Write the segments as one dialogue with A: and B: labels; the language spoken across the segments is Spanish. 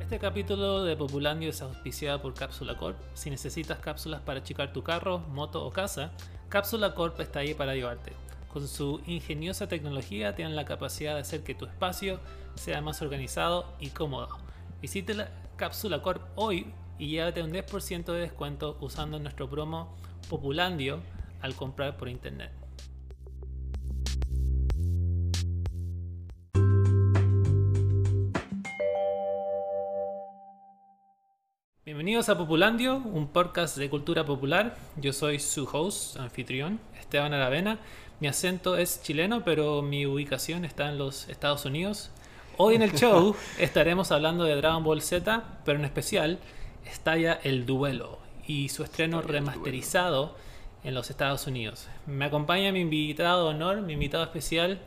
A: Este capítulo de Populandio es auspiciado por Cápsula Corp. Si necesitas cápsulas para achicar tu carro, moto o casa, Cápsula Corp está ahí para ayudarte. Con su ingeniosa tecnología tienen la capacidad de hacer que tu espacio sea más organizado y cómodo. Visítela Cápsula Corp hoy y llévate un 10% de descuento usando nuestro promo Populandio al comprar por internet. Bienvenidos a Populandio, un podcast de cultura popular. Yo soy su host, anfitrión, Esteban Aravena. Mi acento es chileno, pero mi ubicación está en los Estados Unidos. Hoy en el show estaremos hablando de Dragon Ball Z, pero en especial estalla El Duelo y su estreno
B: Estalla el
A: remasterizado en los Estados Unidos. Me acompaña mi invitado de honor, mi invitado especial,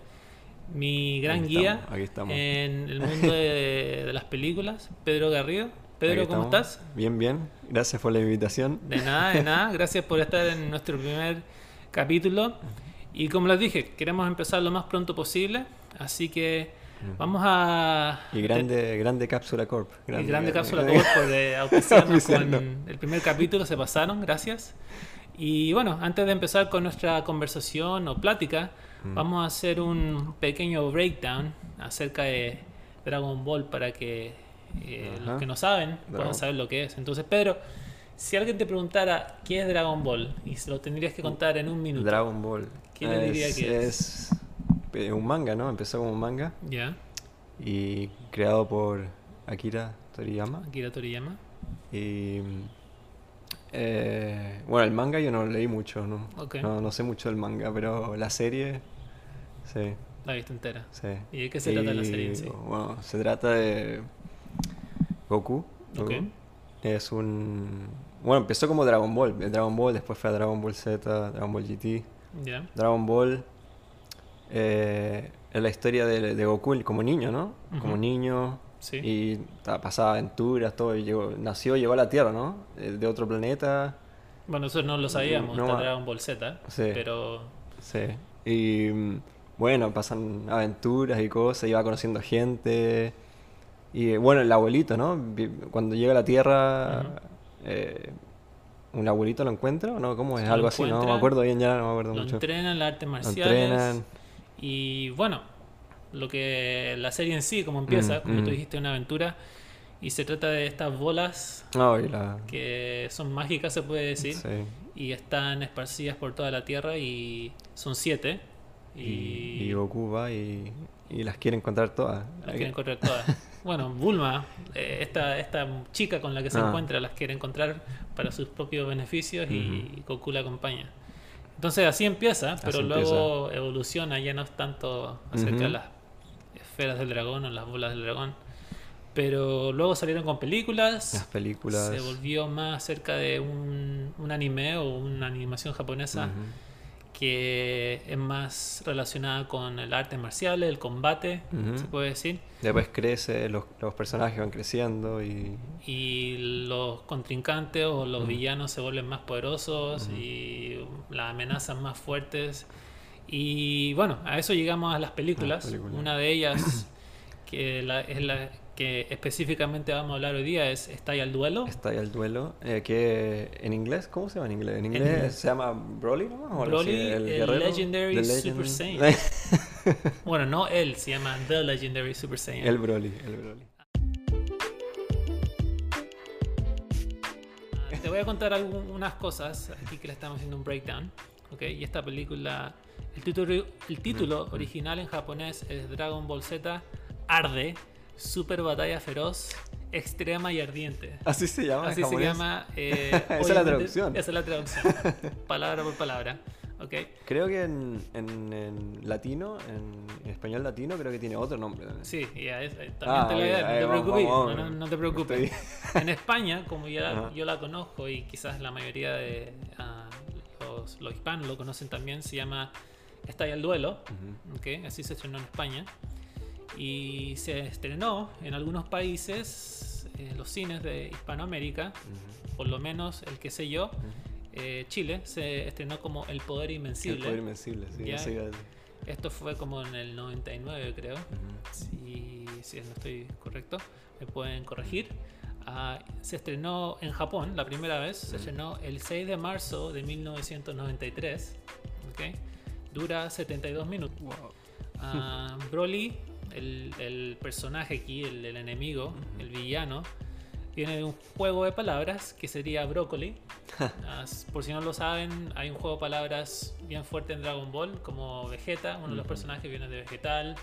A: mi gran
B: Aquí
A: guía Eh,
B: estamos, aquí estamos.
A: en el mundo de, de las películas, Pedro Garrido. Pedro,
B: Aquí
A: ¿cómo
B: estamos.
A: estás?
B: Bien, bien. Gracias por la invitación.
A: De nada, de nada. Gracias por estar en nuestro primer capítulo. Y como les dije, queremos empezar lo más pronto posible. Así que vamos a...
B: Mm. Y grande, grande Cápsula Corp.
A: Y grande, cápsula
B: grande.
A: Corp de auspiciarnos
B: Auspiciando.
A: con el primer capítulo. Se pasaron, gracias. Y bueno, antes de empezar con nuestra conversación o plática,
B: Mm.
A: vamos a hacer un pequeño breakdown acerca de Dragon Ball para que eh, los
B: Ajá.
A: que no saben puedan
B: Dragon-
A: saber lo que es. Entonces, Pedro, si alguien te preguntara qué es Dragon Ball y se lo tendrías que contar en un minuto,
B: Dragon Ball.
A: ¿Quién le diría que
B: es? eh, un manga, ¿no? Empezó como un manga
A: ya,
B: y creado por Akira Toriyama.
A: Akira Toriyama.
B: Y eh, bueno, el manga yo no lo leí mucho, ¿no?
A: Ok.
B: No, no sé mucho del manga, pero la serie, sí,
A: La viste entera.
B: sí.
A: ¿Y de qué se trata la serie en sí?
B: Bueno, se trata de Goku.
A: Ok.
B: Goku. Es un... Bueno, empezó como Dragon Ball. eh, Dragon Ball, después fue a Dragon Ball Z, Dragon Ball GT.
A: Ya.
B: Dragon Ball eh, es la historia de, de Goku como niño, ¿no? Como
A: Ujú.
B: niño.
A: Sí.
B: Y ta, pasaba aventuras, todo. y llegó- nació, llegó a la Tierra, ¿no? Eh, De otro planeta.
A: Bueno, eso no lo sabíamos,
B: No,
A: está
B: ah,
A: Dragon Ball Z,
B: sí.
A: pero
B: Sí. Y mm, bueno, pasan aventuras y cosas, y va conociendo gente. Y eh, bueno, el abuelito, ¿no? Vi- Cuando llega a la Tierra,
A: Ujú.
B: eh, ¿un abuelito lo encuentra o no? ¿Cómo es?
A: Lo
B: Algo así, no me
A: encuentran,
B: acuerdo bien, ya no me acuerdo
A: lo
B: mucho.
A: entrenan las artes
B: Lo
A: marciales.
B: entrenan.
A: Y bueno, lo que la serie en sí, como empieza,
B: Mm,
A: como tú
B: mm.
A: dijiste, una aventura. Y se trata de estas bolas
B: No, y la-
A: que son mágicas, se puede decir.
B: sí.
A: Y están esparcidas por toda la Tierra y son siete. Y,
B: Y, y Goku va y, y las quiere encontrar todas.
A: las quiere encontrar todas. bueno, Bulma, eh, esta, esta chica con la que se
B: Ah.
A: encuentra, las quiere encontrar para sus propios beneficios y Goku la acompaña. Entonces así empieza, pero luego evoluciona, ya no es tanto acerca de
B: Ujú.
A: las esferas del dragón o las bolas del dragón. Pero luego salieron con
B: Las
A: películas,
B: películas.
A: se volvió más cerca de un, un anime o una animación japonesa
B: Ujú.
A: que es más relacionada con el arte marcial, el combate,
B: Ujú.
A: se puede decir.
B: Después crece, los, los personajes van creciendo y.
A: y los contrincantes o
B: Mm.
A: los villanos se vuelven más poderosos y las amenazas más fuertes. Y bueno, a eso llegamos a las películas.
B: Las películas.
A: Una de ellas que la- es la que específicamente vamos a hablar hoy día es Estalla el duelo.
B: Está ahí el duelo. eh, que en inglés, ¿cómo se llama en inglés? En inglés,
A: inglés.
B: se llama Broly, ¿no? O algo
A: Broly,
B: así,
A: el
B: guerrero.
A: Legendary
B: The
A: Super
B: Legend-
A: Bueno, no él, se llama The Legendary Super Saiyan.
B: el Broly, el Broly.
A: Ah, Te voy a contar algunas cosas aquí que le estamos haciendo un breakdown. ¿ok? Y esta película, el título, el título
B: Mm.
A: original en japonés es Dragon Ball Z Arde, Super Batalla Feroz, Extrema y Ardiente.
B: Así se llama. Ah, en
A: Así se
B: japonés.
A: llama. eh,
B: Esa es la
A: obviamente-
B: traducción.
A: Esa es la traducción. palabra por palabra. ¿ok?
B: Creo que en, en- en latino, en, en español latino, creo que tiene otro nombre. también.
A: Sí, ya es- también
B: Ah,
A: te la
B: ok,
A: voy a dar,
B: ahí
A: no te
B: vamos,
A: preocupes.
B: vamos,
A: no, no-
B: vamos.
A: no te preocupes. En España, como ya
B: Ajá.
A: yo la conozco y quizás la mayoría de ah, los, los hispanos lo conocen también, se llama Estalla el Duelo,
B: Ujú.
A: ¿ok? así se estrenó en España. Y se estrenó en algunos países, en los cines de Hispanoamérica,
B: Ujú.
A: por lo menos el que sé yo, eh, Chile, se estrenó como El Poder Invencible.
B: El poder invencible, sí.
A: Ya.
B: eso iba a decir.
A: Esto fue como en el 99, creo.
B: Ujú.
A: Y si no estoy correcto, me pueden corregir. Ah, se estrenó en Japón la primera vez, se estrenó el 6 de marzo de 1993. ¿ok? Dura 72 minutos. Ah, Broly, el, el personaje aquí, el, el enemigo, el villano, viene de un juego de palabras que sería Broccoli. Ah, s- por si no lo saben, hay un juego de palabras bien fuerte en Dragon Ball, como Vegeta, uno de los
B: Ujú.
A: personajes viene de Vegetal,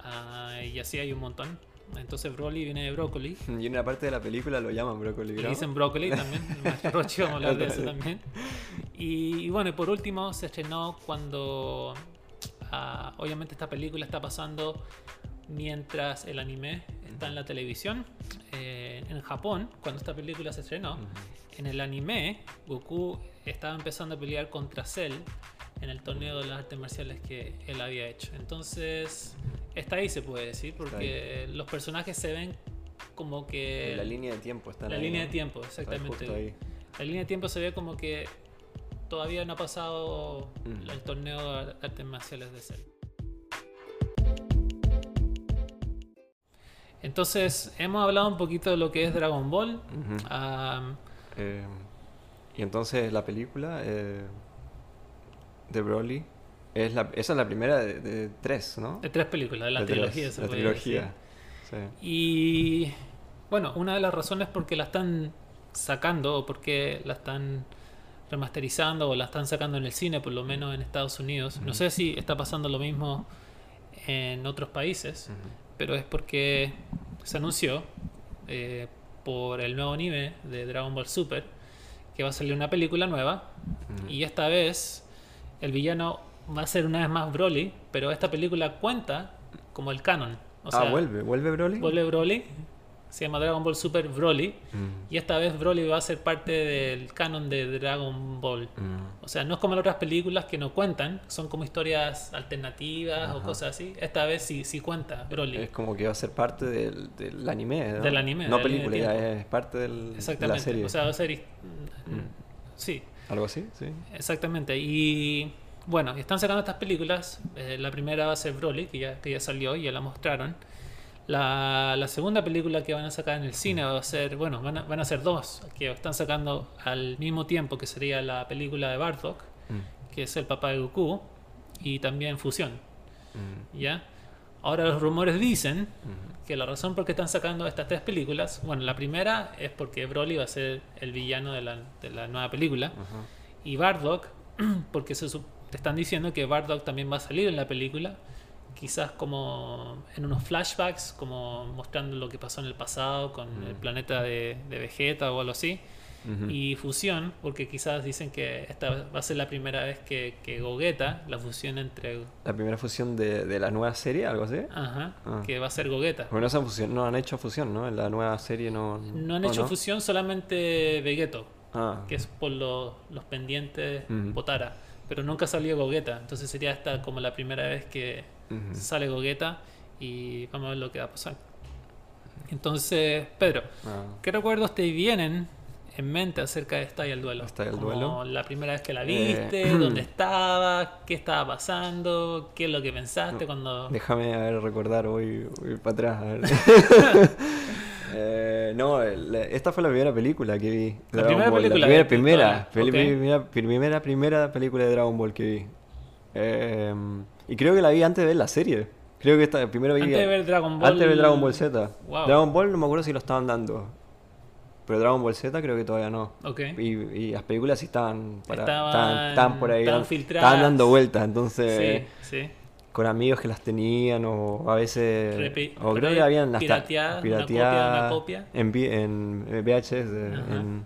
A: ah, y así hay un montón. Entonces Broly viene de Broccoli.
B: Y en una parte de la película lo llaman brócoli,
A: Y
B: ¿no?
A: dicen brócoli también. Maestro Rochi, vamos a hablar de
B: Otra
A: eso
B: vez.
A: también. Y, y bueno, y por último, se estrenó cuando. ah, obviamente, esta película está pasando mientras el anime está en la televisión. Eh, en Japón, cuando esta película se estrenó, en el anime, Goku estaba empezando a pelear contra Cell en el torneo de las artes marciales que él había hecho. Entonces, está ahí se puede decir,
B: ahí.
A: porque los personajes se ven como que
B: En la línea de tiempo están
A: eh, la
B: ahí,
A: línea
B: ¿no?
A: de tiempo,
B: Están
A: exactamente.
B: justo ahí.
A: La línea de tiempo se ve como que todavía no ha pasado
B: Mm.
A: el torneo de artes marciales de Cell. Entonces, hemos hablado un poquito de lo que es Dragon Ball.
B: Ujú.
A: Am,
B: Eh, y entonces la película eh, de Broly es la, esa es la primera de, de tres, ¿no?
A: de tres películas, de la
B: De tres,
A: trilogía, se
B: la
A: podría decir.
B: trilogía. Sí.
A: Y bueno, una de las razones por qué la están sacando o por qué la están remasterizando o la están sacando en el cine, por lo menos en Estados Unidos, no sé si está pasando lo mismo en otros países, pero es porque se anunció eh, por el nuevo anime de Dragon Ball Super que va a salir una película nueva
B: Mm.
A: y esta vez el villano va a ser una vez más Broly, pero esta película cuenta como el canon. O
B: ah,
A: sea,
B: vuelve, vuelve Broly.
A: Vuelve Broly. Se llama Dragon Ball Super Broly.
B: Mm,
A: Y esta vez Broly va a ser parte del canon de Dragon Ball.
B: mm.
A: O sea, no es como las otras películas que no cuentan, son como historias alternativas o
B: Ajá.
A: cosas así. Esta vez sí, sí cuenta Broly.
B: Es como que va a ser parte del, del anime, ¿no?
A: Del anime,
B: No
A: de la línea de
B: película, ya
A: tiempo.
B: es parte del, de la
A: Exactamente.
B: serie. Mm.
A: O sea, mm. va a ser. his- Sí,
B: Algo así, sí.
A: Exactamente, y bueno, están sacando estas películas. Eh, la primera va a ser Broly, que ya, que ya salió y ya la mostraron. La, la segunda película que van a sacar en el cine va a ser, bueno, van a, van a ser dos, que están sacando al mismo tiempo, que sería la película de Bardock,
B: Mm,
A: que es el papá de Goku, y también Fusión,
B: mm,
A: ¿ya? Ahora los rumores dicen
B: mm.
A: que la razón por qué están sacando estas tres películas, bueno, la primera es porque Broly va a ser el villano de la, de la nueva película
B: Ajá.
A: y Bardock, porque se sup- te están diciendo que Bardock también va a salir en la película, quizás como en unos flashbacks, como mostrando lo que pasó en el pasado con
B: Mm.
A: el planeta de, de Vegeta o algo así,
B: Ujú.
A: y fusión, porque quizás dicen que esta va a ser la primera vez que, que Gogeta, la fusión entre...
B: La primera fusión de, de la nueva serie, algo así.
A: Ajá,
B: Ah.
A: que va a ser Gogeta.
B: Bueno, esa fusión, no han hecho fusión, ¿no? En la nueva serie no.
A: No han
B: ¿o
A: hecho fusión, solamente Vegeto,
B: Ah,
A: que es por lo- los pendientes
B: Ujú.
A: Potara, pero nunca salió Gogeta, entonces sería esta como la primera vez que
B: ujú.
A: sale Gogeta y vamos a ver lo que va a pasar. Entonces, Pedro,
B: Ah.
A: ¿qué recuerdos te vienen en mente acerca de Esta y el duelo?
B: Esta y el
A: Como
B: duelo.
A: La primera vez que la
B: Eh,
A: viste, dónde estabas, qué estaba pasando, qué es lo que pensaste cuando...
B: Ah. Déjame a ver, recordar, voy, voy para atrás. a ver. Eh, no, el- esta fue la primera película que vi. de
A: La
B: Dragon
A: primera
B: Ball,
A: película de-
B: La
A: de
B: primera, primera,
A: todas,
B: peli-
A: ok.
B: primera, primera, primera película de Dragon Ball que vi. Eh, y creo que la vi antes de ver la serie. Creo que esta, primero vi
A: Antes de ver Dragon Ball...
B: antes de ver Dragon Ball Z.
A: Wow.
B: Dragon Ball no me acuerdo si lo estaban dando. Pero Dragon Ball Z creo que todavía no.
A: Ok.
B: Y, y las películas sí estaban, para-
A: Estaban-
B: estaban, estaban por ahí,
A: estaban
B: dan-
A: filtradas.
B: estaban dando vueltas, entonces
A: Sí, sí.
B: con amigos que las tenían o a veces
A: Repi-
B: o creo
A: re-
B: que habían hasta
A: pirateadas, una
B: pirateadas
A: copia, una copia.
B: en, vi- en, eh, VHS de-
A: Ajá.
B: en-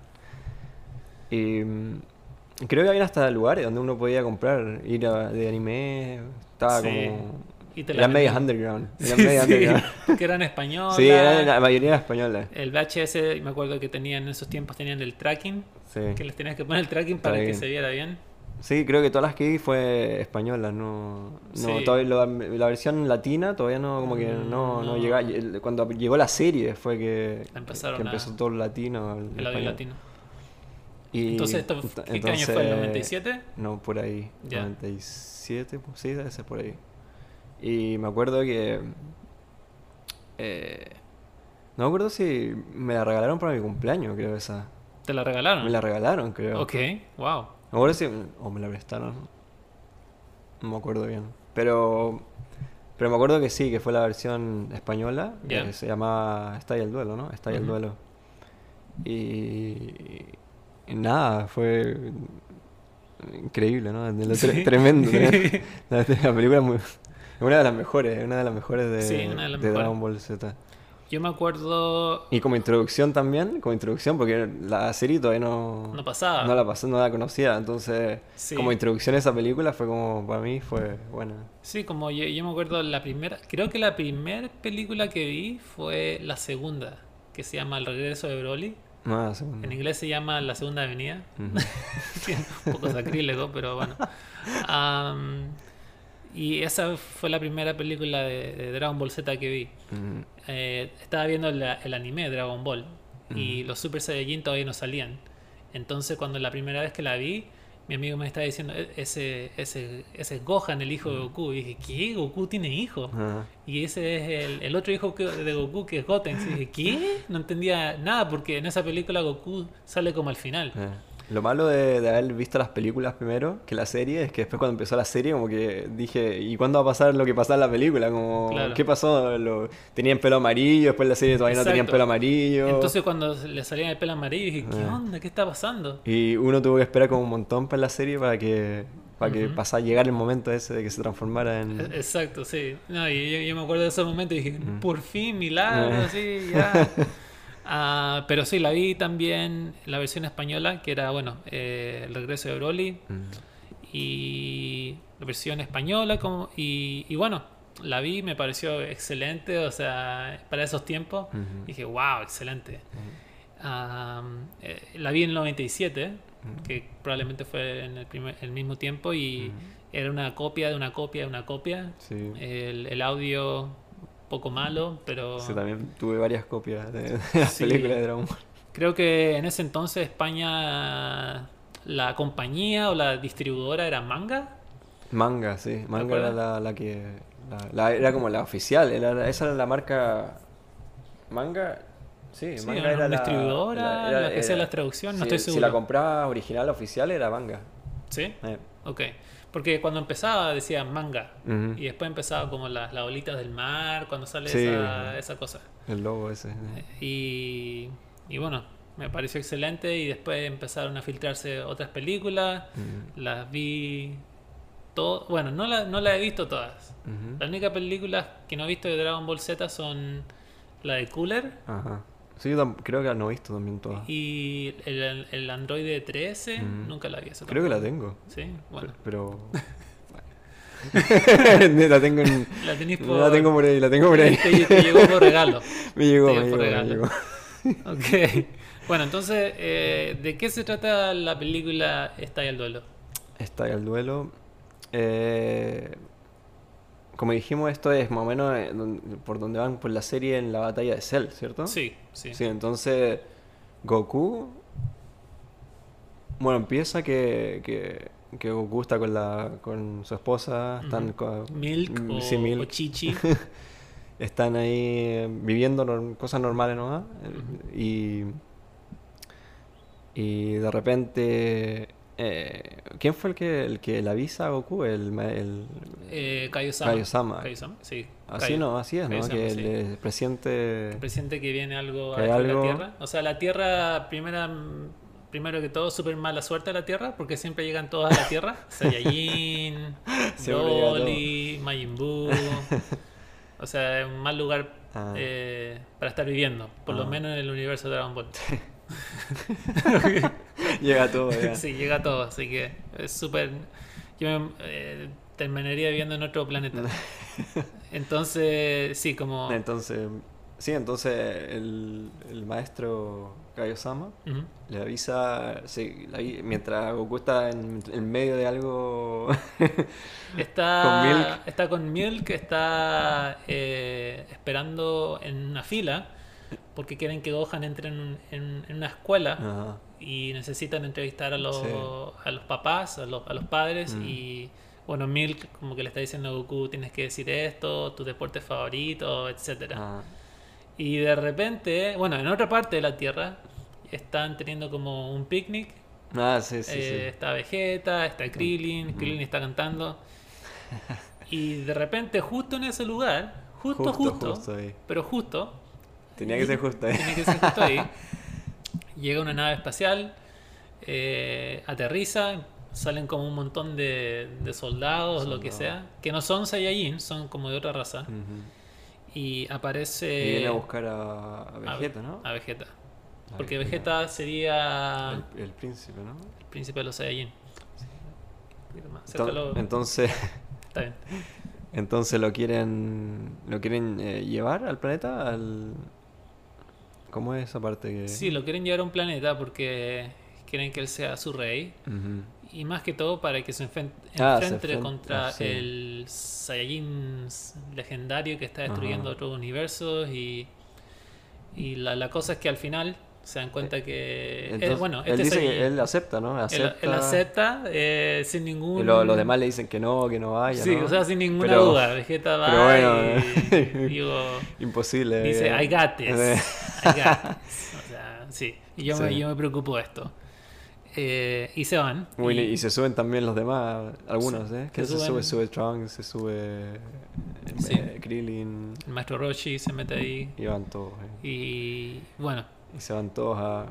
B: y mm, creo que habían hasta lugares donde uno podía comprar ir a- de anime estaba
A: Sí.
B: como
A: Y te la
B: eran medias
A: vendían.
B: underground eran
A: Sí,
B: medias
A: sí,
B: underground
A: porque eran españolas.
B: sí eran la mayoría españolas
A: El VHS, me acuerdo que tenían en esos tiempos, tenían el tracking,
B: sí.
A: que les tenías que poner el tracking
B: Está
A: para que
B: bien.
A: se viera bien.
B: Sí, creo que todas las que vi fue española, no, no
A: Sí. Mm,
B: todavía la, la versión latina todavía no, como que no, no,
A: No.
B: llegaba, el- cuando llegó la serie fue que,
A: La empezaron
B: que
A: a-
B: empezó todo el latino, el
A: El audio
B: español.
A: latino.
B: Y
A: Entonces, esto-
B: ent-
A: ¿qué qué año fue? ¿El
B: entonces,
A: 97?
B: No, por ahí,
A: Ya.
B: 97, pues, sí, debe ser por ahí. Y me acuerdo que Eh, no me acuerdo si me la regalaron para mi cumpleaños, creo esa.
A: ¿Te la regalaron?
B: Me la regalaron, creo.
A: Ah. Ok, wow.
B: No me acuerdo si... O me la prestaron. No me acuerdo bien. Pero... Pero me acuerdo que sí, que fue la versión española.
A: Ya.
B: Que se llamaba Está ahí el duelo, ¿no? Está ahí el
A: Ujú.
B: duelo. Y... y Nada, fue... Increíble, ¿no? De lo tre-
A: Sí.
B: Tremendo. tremendo. La, la película es muy- es una de las mejores, es una de las mejores de,
A: Sí, una de las mejores.
B: Dragon Ball Z.
A: Yo me acuerdo.
B: Y como introducción también, como introducción, porque la serie todavía no,
A: No pasaba.
B: no la pasé, no la conocía. Entonces,
A: Sí.
B: como introducción a esa película fue como, para mí fue bueno.
A: Sí, como yo, yo me acuerdo la primera. Creo que la primera película que vi fue la segunda, que se llama El regreso de Broly.
B: Más segunda.
A: En inglés se llama La Segunda Avenida.
B: Ujú.
A: Un poco sacrílego, pero bueno. Am, y esa fue la primera película de, de Dragon Ball Z que vi.
B: Ujú.
A: Eh, estaba viendo la- el anime de Dragon Ball y los Super Saiyajin todavía no salían. Entonces, cuando la primera vez que la vi, mi amigo me estaba diciendo: "E- Ese, ese, ese es Gohan, el hijo de Goku. Y dije: ¿Qué? ¿Goku tiene hijo?
B: Ajá.
A: Y ese es el, el otro hijo que- de Goku que es Goten. Y dije: ¿Qué? No entendía nada porque en esa película Goku sale como al final.
B: Eh. Lo malo de, de haber visto las películas primero que la serie es que después cuando empezó la serie como que dije, ¿y cuándo va a pasar lo que pasaba en la película? Como,
A: Claro.
B: ¿qué pasó? Lo, tenían pelo amarillo, después la serie todavía no tenían
A: Exacto.
B: pelo amarillo.
A: Entonces cuando le salía el pelo amarillo dije, ¿qué
B: Ah.
A: onda? ¿Qué está pasando?
B: Y uno tuvo que esperar como un montón para la serie para que para que
A: Ujú.
B: pasara llegar el momento ese de que se transformara en
A: E- Exacto, sí. No, y yo, yo me acuerdo de ese momento y dije,
B: Mm.
A: por fin, milagro,
B: Ah.
A: sí, ya. Ah, pero sí, la vi también la versión española, que era, bueno, eh, El regreso de Broly.
B: Mm,
A: Y la versión española, como, y, y bueno, la vi, me pareció excelente, o sea, para esos tiempos.
B: Ujú.
A: Dije, wow, excelente. Am, eh, la vi en el 97, que probablemente fue en el, primer- el mismo tiempo, y era una copia de una copia de una copia.
B: Sí.
A: El, el audio un poco malo, pero
B: Sí, también tuve varias copias de, de las
A: Sí.
B: películas de Dragon Ball.
A: creo que en ese entonces España, la compañía o la distribuidora era Manga.
B: Manga, sí. Manga era
A: acuerdas?
B: la, la que. la- la- era como la oficial. Era, la- esa era la marca. Manga. Sí,
A: Sí,
B: manga
A: era
B: era
A: una
B: la
A: distribuidora, la que hacía las traducciones, no
B: sí,
A: estoy
B: Si la
A: seguro.
B: compraba original, oficial, era manga.
A: ¿Sí?
B: Eh,
A: Ok. Porque cuando empezaba decía Manga.
B: Ujú.
A: Y después empezaba como las, las olitas del mar, cuando sale
B: Mm. Sí.
A: esa, esa cosa.
B: el logo ese. eh.
A: Y, y bueno, me pareció excelente y después empezaron a filtrarse otras películas,
B: Mm,
A: las vi todas, bueno, no, la, no las he visto todas.
B: Ujú.
A: Las únicas películas que no he visto de Dragon Ball Z son la de Cooler
B: Ajá. Sí, yo tam- creo que la no he visto también todas.
A: y el, el androide 13, nunca la vi esa
B: Mm. Creo que la tengo.
A: tampoco. Sí, bueno.
B: Pero. la tengo en.
A: La tenés por...
B: La tengo por ahí, la tengo por ahí.
A: te- te llegó por regalo.
B: Me llegó,
A: este Te llegó
B: me llegó,
A: por
B: me
A: regalo.
B: llegó.
A: Ok. Bueno, entonces, eh, ¿de qué se trata la película Está y el duelo?
B: Está el duelo. Eh, como dijimos, esto es más o menos eh, don- por donde van por la serie en la batalla de Cell, ¿cierto?
A: Sí, sí.
B: Sí, entonces Goku... Bueno, empieza que, que, que Goku está con, la, con su esposa, están, co-
A: Milk
B: mm,
A: o,
B: sí, Milk.
A: o Chichi.
B: están ahí eh, viviendo norm- cosas normales, ¿no? Eh, Y, y de repente... eh, ¿Quién fue el que, el que le avisa a Goku? El, ma- el,
A: Eh, Kaiosama.
B: Kaiosama.
A: Kaiosama, sí.
B: Así
A: Kaio-
B: no, así es, ¿no?
A: Kaiosama,
B: que
A: sí.
B: el presidente...
A: Presiente que viene algo
B: Que hay
A: a
B: algo-
A: la Tierra. O sea, la Tierra, primera, primero que todo, súper mala suerte a la Tierra, porque siempre llegan todas a la Tierra. Saiyajin,
B: Siempre llega todo.
A: Broly, Majin Buu. O sea, es un mal lugar
B: Ah.
A: eh, para estar viviendo, por lo
B: Ah.
A: menos en el universo de Dragon Ball.
B: Llega todo, ya.
A: sí, llega todo, así que es súper... Yo me, eh, terminaría viviendo en otro planeta. Entonces, sí, como...
B: Entonces, sí, entonces el, el maestro Kaiosama
A: Ujú.
B: le avisa, sí, le avi- mientras Goku está en, en medio de algo...
A: Está
B: Con Milk.
A: Está con Milk, está eh, esperando en una fila porque quieren que Gohan entre en, en- en una escuela
B: Ajá.
A: y necesitan entrevistar a los,
B: Ah. Sí.
A: a los papás, a los, a los padres
B: Mm.
A: y bueno, Milk como que le está diciendo a Goku tienes que decir esto, tu deporte favorito, etcétera
B: Ah,
A: Y de repente, bueno, en otra parte de la Tierra están teniendo como un picnic.
B: Ah, sí, sí, Mm.
A: Eh,
B: sí.
A: Está Vegeta, está Krillin, Krillin está cantando. Y de repente, justo en ese lugar, justo,
B: Justo,
A: justo,
B: justo ahí.
A: pero justo,
B: Tenía que ser justo, ¿eh?
A: tiene que ser justo ahí, llega una nave espacial, eh, aterriza, salen como un montón de, de soldados, lo que sea, que no son Saiyajin, son como de otra raza,
B: Ujú.
A: y
B: Mm. Y viene
A: aparece
B: a buscar a, a Vegeta, ¿no?
A: Eh, a Vegeta.
B: A
A: Porque Vegeta sería el
B: El, el príncipe, ¿no?
A: príncipe de los Saiyajin. Acércalo.
B: Enton- Entonces,
A: Está bien.
B: entonces lo quieren, lo quieren eh, llevar al planeta, al... ¿Cómo es esa parte que...?
A: Sí, lo quieren llevar a un planeta porque quieren que él sea su rey.
B: Ujú.
A: Y más que todo para que se enfen- enfrente,
B: Ah, se enfren-
A: contra
B: ah, sí.
A: el Saiyajin s- legendario que está destruyendo
B: Ajá.
A: otros universos. Y, y la, la cosa es que al final se dan cuenta que. eh,
B: Entonces,
A: bueno,
B: él
A: este
B: dice que
A: Saiyajin-
B: él acepta, ¿no?
A: él-
B: Acepta.
A: él acepta eh, sin ningún.
B: y lo- los demás le dicen que no, que no vaya.
A: Sí,
B: ¿no?
A: o sea, sin ninguna
B: Pero-
A: duda. Vegeta va
B: pero bueno,
A: y, digo,
B: Imposible.
A: dice,
B: eh.
A: I got this.
B: Eh,
A: I got this". O sea, sí. Y yo, Me,
B: Sí.
A: yo me preocupo de esto. Eh, y se van.
B: Muy li-
A: y-
B: y, se suben también los demás, algunos, ¿eh? Que
A: se
B: se,
A: suben-
B: sube, sube Trunks, se sube eh,
A: Sí.
B: eh, Krillin,
A: El maestro Roshi se mete ahí.
B: y van todos, eh.
A: Y bueno,
B: Y se van todos a...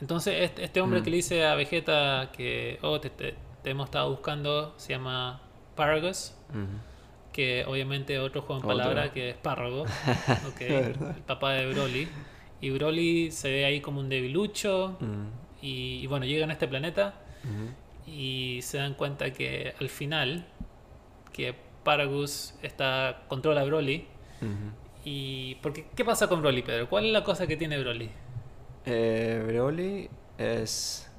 A: entonces este, este hombre
B: Mm.
A: que le dice a Vegeta que, oh, te, te- te hemos estado buscando, se llama Paragus,
B: Ujú.
A: que obviamente es otro juego en
B: Otro.
A: palabra que es Párrago, ok,
B: verdad.
A: el papá de Broly. Y Broly se ve ahí como un debilucho.
B: Mm,
A: Y, y bueno, llegan a este planeta
B: ujú.
A: y se dan cuenta que al final, que Paragus está, controla a Broly.
B: Ujú.
A: Y, porque, ¿Qué pasa con Broly, Pedro? ¿Cuál es la cosa que tiene Broly?
B: Eh, Broly es.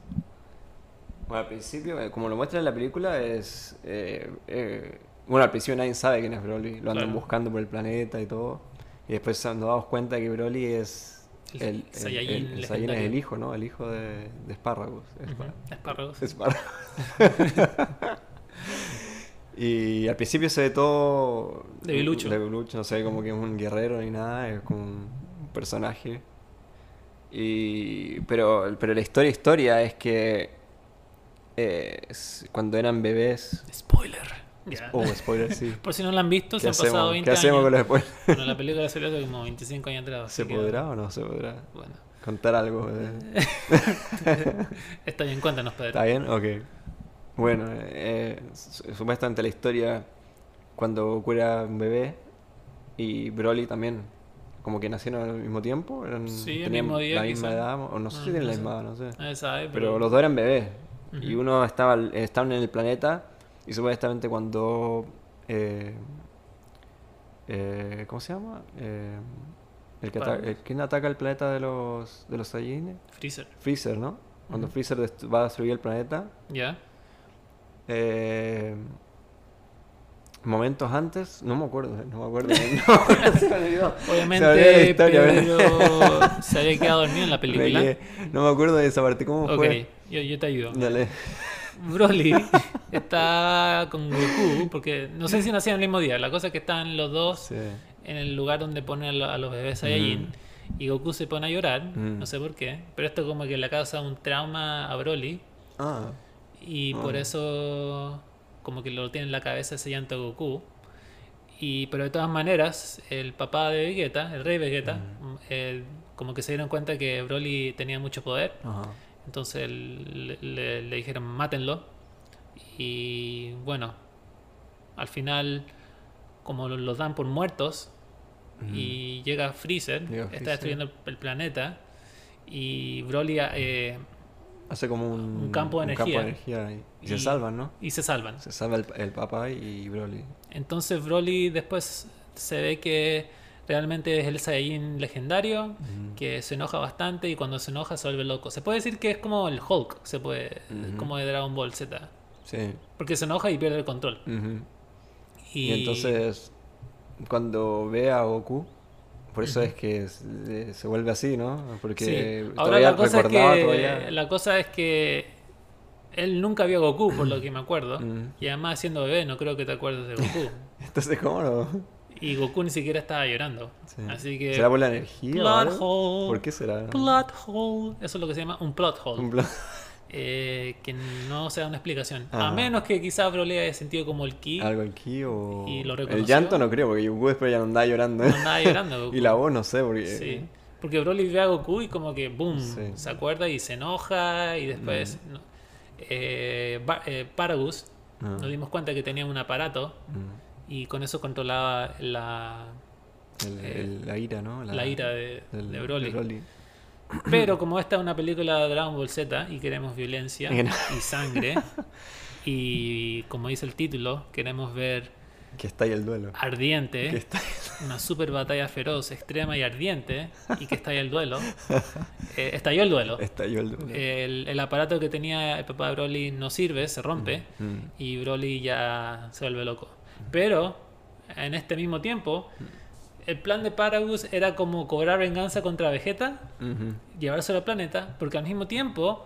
B: Bueno, al principio, eh, como lo muestra en la película, es. eh, eh, Bueno, al principio nadie sabe quién es Broly. Lo andan
A: Claro.
B: buscando por el planeta y todo. Y después nos damos cuenta que Broly es.
A: El
B: El, el,
A: Saiyajin
B: el- el Saiyajin es
A: legendario.
B: el hijo, ¿no? El hijo de, de Espárragos. Espá-
A: Ujú, Espárragos.
B: Espárragos. y al principio se ve todo.
A: Debilucho.
B: Debilucho, no se ve como que es un guerrero ni nada, es como un personaje. Y, pero, pero la historia, historia es que eh, es- cuando eran bebés.
A: Spoiler. Ya.
B: Oh, spoiler, sí.
A: Por si no la han visto, se
B: ¿Qué
A: han pasado
B: hacemos,
A: 20
B: ¿Qué hacemos
A: años.
B: con los spoilers?
A: Bueno, la película salió hace como 25 años atrás.
B: ¿Se
A: así que,
B: podrá o no se podrá?
A: Bueno,
B: Contar algo. eh.
A: está bien, cuéntanos, Pedro.
B: ¿Está bien? Ok. Bueno, eh, su- supuestamente la historia cuando cura un bebé y Broly también, como que nacieron al mismo tiempo, eran,
A: Sí, el
B: tenían
A: mismo día,
B: la misma
A: quizá.
B: edad, o no sé
A: No,
B: si tienen
A: no
B: la
A: sé.
B: misma edad, no sé.
A: Nadie sabe, pero,
B: Pero los dos eran bebés y
A: Ujú.
B: uno estaba, estaban en el planeta y supuestamente cuando... eh, eh, ¿Cómo se llama? Eh, el que ata-
A: Vale.
B: el- ¿Quién ataca el planeta de los, de los Saiyajines?
A: Freezer.
B: Freezer, ¿no? Cuando
A: Ujú.
B: Freezer dest- va a destruir el planeta.
A: ¿Ya?
B: eh, momentos antes, no me acuerdo, eh, no me acuerdo. no, se me olvidó. Se me olvidó la
A: Obviamente,
B: historia,
A: Pedro
B: ¿verdad?
A: se había quedado dormido en la película.
B: Me quedé- no me acuerdo de esa parte, ¿cómo
A: Ok,
B: fue?
A: yo, yo te ayudo.
B: Dale.
A: Broly está con Goku, porque no sé si nacían el mismo día. La cosa es que están los dos
B: Sí.
A: en el lugar donde ponen a lo- a los bebés Saiyajin. Y Goku se pone a llorar,
B: Mm.
A: no sé por qué. Pero esto como que le causa un trauma a Broly.
B: Ah,
A: Y por
B: Ah.
A: eso como que lo tiene en la cabeza ese llanto de Goku. Y, pero de todas maneras, el papá de Vegeta, el rey Vegeta,
B: Mm.
A: eh, como que se dieron cuenta que Broly tenía mucho poder.
B: ajá.
A: Entonces le, le- le dijeron mátenlo. Y bueno, al final, como lo- los dan por muertos,
B: Mm.
A: y llega Freezer,
B: Llega
A: está
B: Freezer.
A: destruyendo el, el planeta, y Broly eh,
B: Hace como un,
A: Un campo de
B: campo
A: energía.
B: energía y, y se
A: Y-
B: salvan, ¿no?
A: y se salvan.
B: Se salva el, el papá y Broly.
A: Entonces Broly después se ve que realmente es el Saiyajin legendario, que se enoja bastante y cuando se enoja se vuelve loco. Se puede decir que es como el Hulk, se puede,
B: Ujú.
A: como de Dragon Ball Z,
B: Mm. Sí.
A: porque se enoja y pierde el control.
B: Ujú.
A: Y,
B: Y entonces, cuando ve a Goku, por eso es que s- le- se vuelve así, ¿no?
A: Sí.
B: Porque
A: ahora
B: todavía
A: la cosa, es
B: recordaba
A: que,
B: todavía.
A: la cosa es que él nunca vio a Goku, por lo que me acuerdo.
B: Mm.
A: Y además siendo bebé no creo que te acuerdes de Goku.
B: Entonces, ¿cómo no?
A: Y Goku ni siquiera estaba llorando.
B: Sí.
A: Así que.
B: ¿Será por la energía? o
A: Plot
B: algo?
A: hole.
B: ¿Por qué será?
A: Plot hole. Eso es lo que se llama un plot hole.
B: Un plot-
A: Eh, que no se da una explicación. A
B: Ah.
A: menos que quizás Broly haya sentido como el ki.
B: ¿Algo aquí o...?
A: Y lo
B: el
A: reconoció.
B: llanto no creo, porque Goku después ya no andaba llorando. ¿eh?
A: No andaba llorando, Goku.
B: y la voz no sé, porque...
A: Sí. Porque Broly ve a Goku y como que boom,
B: Sí.
A: se acuerda y se enoja y después no. Eh, Ba- eh, Paragus
B: Ah.
A: nos dimos cuenta que tenía un aparato
B: Mm.
A: y con eso controlaba la,
B: El-
A: Eh,
B: el- la ira, ¿no?
A: la, ira de,
B: del-
A: de Broly.
B: de Broly.
A: Pero como esta es una película de Dragon Ball Z y queremos violencia
B: Y no.
A: y sangre y como dice el título, queremos ver
B: Que está ahí el duelo.
A: Ah, ardiente.
B: Que está
A: una super batalla feroz, extrema y ardiente, y que estalla el duelo. Eh, estalló el duelo.
B: Estalló el duelo.
A: El, el aparato que tenía el papá de Broly no sirve, se rompe,
B: Mm.
A: y Broly ya se vuelve loco. Pero, en este mismo tiempo, el plan de Paragus era como cobrar venganza contra Vegeta,
B: Ujú.
A: llevárselo al planeta, porque al mismo tiempo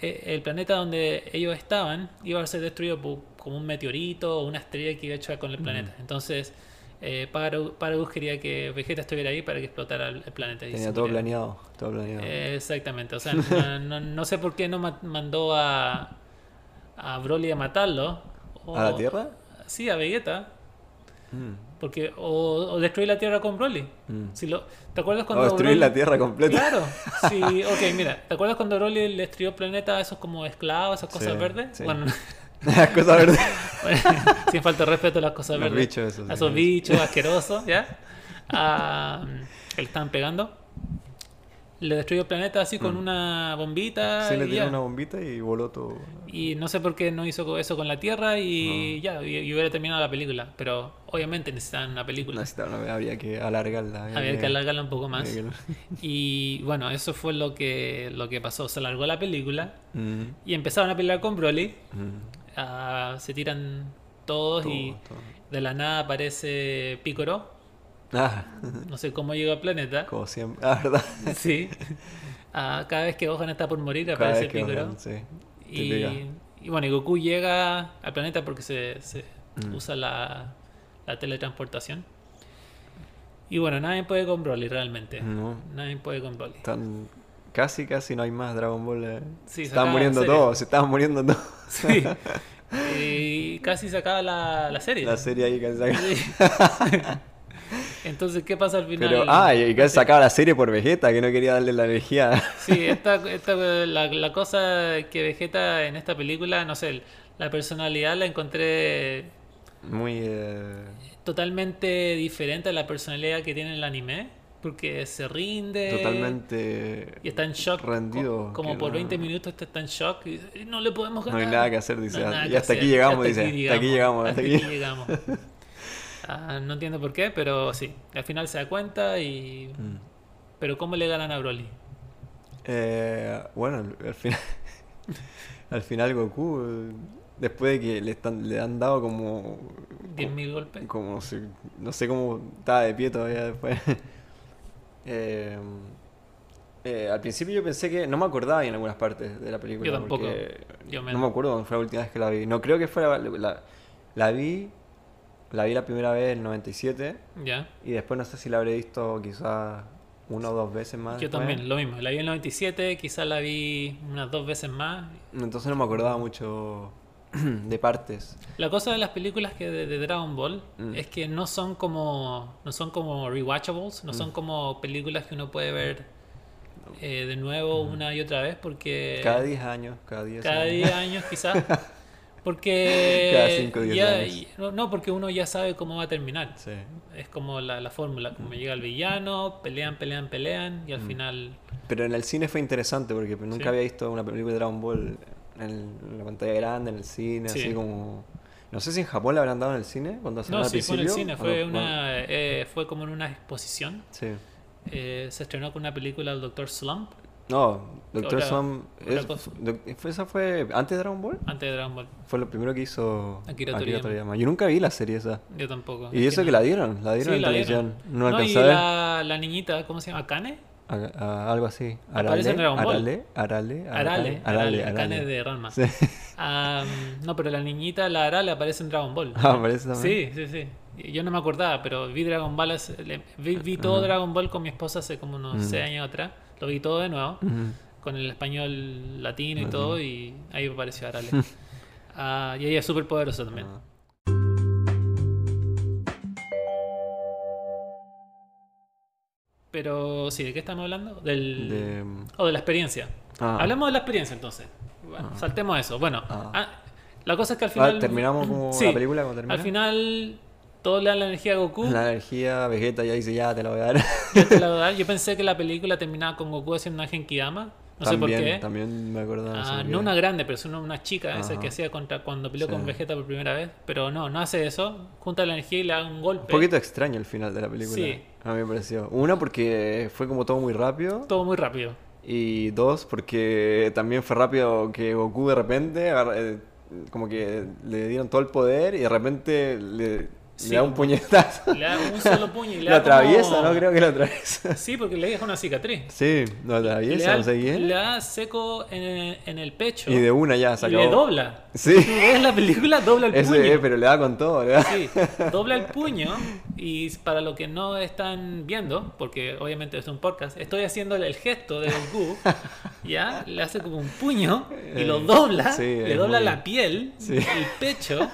A: eh, el planeta donde ellos estaban iba a ser destruido por, como un meteorito o una estrella que iba a chocar con el planeta. Entonces, eh, Paragu- Paragus quería que Vegeta estuviera ahí para que explotara el, el planeta. y se
B: Tenía todo
A: muriera.
B: planeado, todo planeado.
A: Eh, exactamente, o sea, no, no- no sé por qué no ma- mandó a, a Broly a matarlo. o-
B: ¿A la Tierra?
A: Sí, a Vegeta.
B: Mm.
A: Porque, o, o destruir la Tierra con Broly.
B: Mm.
A: Si lo, ¿Te acuerdas
B: O
A: cuando
B: destruir
A: Broly-
B: la Tierra completa.
A: Claro, sí, ok, mira, ¿te acuerdas cuando Broly le estrió planeta a esos como esclavos, esas cosas
B: Sí,
A: verdes?
B: sí.
A: Bueno,
B: Las cosas verdes.
A: sin falta de respeto a las cosas
B: Los
A: verdes.
B: bichos esos,
A: a
B: sí.
A: esos bichos asquerosos, ¿ya? Ah, que le estaban pegando. Le destruyó el planeta así con una bombita.
B: Mm. Sí, le
A: y,
B: tiró
A: Ah, ya.
B: una bombita y voló todo.
A: Y no sé por qué no hizo eso con la Tierra y ya, y, y hubiera terminado la película. Pero obviamente necesitaban una película.
B: Necesitaba- habría que alargarla.
A: Había que alargarla un poco más.
B: había eh, que-
A: Y bueno, eso fue lo que, lo que pasó. Se alargó la película
B: Mm,
A: y empezaron a pelear con Broly.
B: mm.
A: Ah, se tiran todos y
B: Todo, todo.
A: de la nada aparece Picoro.
B: Ah,
A: No sé cómo llegó al planeta.
B: como siempre. Ah, verdad.
A: Sí. Ah, cada vez que Gohan está por morir
B: Cada
A: aparece
B: vez que
A: Picoro.
B: hablan, sí.
A: Y,
B: Típica.
A: y bueno, y Goku llega al planeta porque se, se
B: Mm.
A: usa la, la teletransportación. Y bueno, nadie puede con Broly realmente.
B: No.
A: Nadie puede con Broly.
B: Están- Casi, casi no hay más Dragon Ball. eh.
A: Sí,
B: se
A: se acaba
B: estaban
A: la
B: muriendo
A: serie.
B: todos, se estaban muriendo todos.
A: Sí. y casi se acaba la, la serie.
B: La serie ahí casi se acaba.
A: Sí. Entonces, ¿qué pasa al final?
B: Pero, ah, y casi se acaba la serie por Vegeta, que no quería darle la energía.
A: Sí, esta, esta, la, la cosa que Vegeta en esta película, no sé, la personalidad la encontré
B: Muy. eh,
A: totalmente diferente a la personalidad que tiene el anime, porque se rinde.
B: totalmente.
A: Y está en shock. co-
B: rendido,
A: Como
B: que
A: por
B: no-
A: 20 minutos está- está en shock. Y dice, no le podemos
B: No
A: ganar.
B: hay nada que hacer, dice.
A: No hay nada
B: y
A: que
B: hasta aquí
A: hacer.
B: llegamos, dice. Hasta aquí llegamos,
A: Hasta
B: hasta
A: aquí
B: aquí.
A: llegamos. Ah, no entiendo por qué, pero sí. Al final se da cuenta y.
B: Mm.
A: Pero ¿cómo le ganan a Broly?
B: Eh, bueno, al- al final. al final, Goku. eh, Después de que le, están, le han dado como.
A: ¿10.000 golpes?
B: como si- no sé cómo estaba de pie todavía después. Eh, eh, al principio yo pensé que no me acordaba bien algunas partes de la película.
A: Yo tampoco.
B: porque
A: Yo me-
B: No me acuerdo cuándo fue la última vez que la vi. No creo que fuera la, la, la vi. La vi la primera vez en el 97
A: ¿Ya?
B: y después no sé si la habré visto quizás una o dos veces más.
A: Yo
B: Ah, después.
A: también, lo mismo. La vi en el 97, quizás la vi unas dos veces más.
B: Entonces no me acordaba mucho de partes.
A: La cosa de las películas que de, de Dragon Ball
B: Mm.
A: es que no son como no son como rewatchables, no son
B: Mm.
A: como películas que uno puede ver eh, de nuevo una y otra vez porque
B: Mm. Cada 10 años, cada 10
A: Eh, cada
B: años.
A: 10 años quizás porque
B: Cada cinco o diez
A: ya-
B: años.
A: no, no, porque uno ya sabe cómo va a terminar.
B: Sí. Mm.
A: Es como la, la fórmula, como llega el villano, pelean, pelean, pelean y al final
B: Pero en el cine fue interesante porque nunca
A: Sí.
B: había visto una película de Dragon Ball en, en la pantalla grande, en el cine,
A: Sí.
B: así como... No sé si en Japón la habrán dado en el cine cuando
A: No,
B: al
A: sí, fue en el
B: principio,
A: cine, fue,
B: o no, Ah. no.
A: una, eh, fue como en una exposición.
B: Sí.
A: Eh, se estrenó con una película del Dr. Slump
B: No, Doctor
A: Otra-
B: Slump...
A: otra
B: es-
A: cosa.
B: doc- fue- ¿Esa fue antes de Dragon Ball?
A: antes de Dragon Ball.
B: Fue lo primero que hizo
A: Akira Toriyama.
B: Yo nunca vi la serie esa.
A: Yo tampoco.
B: Y eso que la dieron, la
A: Sí,
B: dieron en
A: la
B: televisión.
A: dieron.
B: No
A: y
B: alcanzé a ver.
A: la, la niñita, ¿cómo se llama? ¿Akane?
B: A- a- algo así.
A: Aparece en Dragon Ball.
B: Arale,
A: Arale.
B: Arale,
A: Arale,
B: Ah, Arale,
A: Akane
B: Arale.
A: de Ranma.
B: Sí.
A: Ah, no, pero la niñita, la Arale, aparece en Dragon Ball.
B: Ah, aparece también.
A: sí, sí, sí. Yo no me acordaba, pero vi Dragon Ball, hace- le- vi, vi todo
B: Ajá.
A: Dragon Ball con mi esposa hace como unos
B: Ah. Mm.
A: 6 años atrás. Lo vi todo de nuevo,
B: Ujú.
A: con el español latino y todo, y ahí me pareció Arale. Ah, y ella es súper poderosa también.
B: Ah.
A: Pero sí, ¿de qué estamos hablando? Del...
B: De-
A: O de la experiencia.
B: Ah.
A: Hablemos de la experiencia entonces. Bueno, Saltemos eso. Bueno,
B: Ah.
A: ah, la cosa es que al
B: Ah,
A: final...
B: terminamos como
A: Sí.
B: la película cuando termina.
A: Al final, uh. todo le da la energía a Goku. este
B: La energía, Vegeta ya dice, ya te la voy a dar.
A: Yo te la voy a dar. Yo pensé que la película terminaba con Goku haciendo una Genkidama. No sé por
B: también,
A: qué.
B: también me acordaba.
A: Ah,
B: sé por qué.
A: no una grande, pero es una, una chica esa
B: Ajá.
A: que hacía contra cuando peleó
B: Sí.
A: con Vegeta por primera vez. Pero no, no hace eso. Junta la energía y le da un golpe.
B: Un poquito extraño el final de la película.
A: Sí.
B: A mí me pareció. Uno, porque fue como todo muy rápido.
A: Todo muy rápido.
B: Y dos, porque también fue rápido que Goku de repente, agarra- eh, como que le dieron todo el poder y de repente le,
A: Sí,
B: le da un
A: como-
B: puñetazo.
A: Le da un solo puño y le
B: lo
A: da como-
B: atraviesa, ¿no? Creo que lo atraviesa.
A: Sí, porque le deja una cicatriz.
B: Sí, lo
A: Le
B: atraviesa,
A: da,
B: no sé quién.
A: le da seco en el, en el pecho.
B: Y de una ya
A: y
B: se
A: le
B: acabó.
A: dobla. Tú
B: Sí,
A: ves la película, dobla el puño.
B: ese, eh, pero le da con todo, le da.
A: Sí, dobla el puño y para lo que no están viendo, porque obviamente es un podcast, estoy haciendo el gesto de Goku, ¿ya? Le hace como un puño y lo
B: Eh,
A: dobla,
B: sí,
A: le
B: es
A: dobla
B: muy-
A: la piel,
B: Sí.
A: el pecho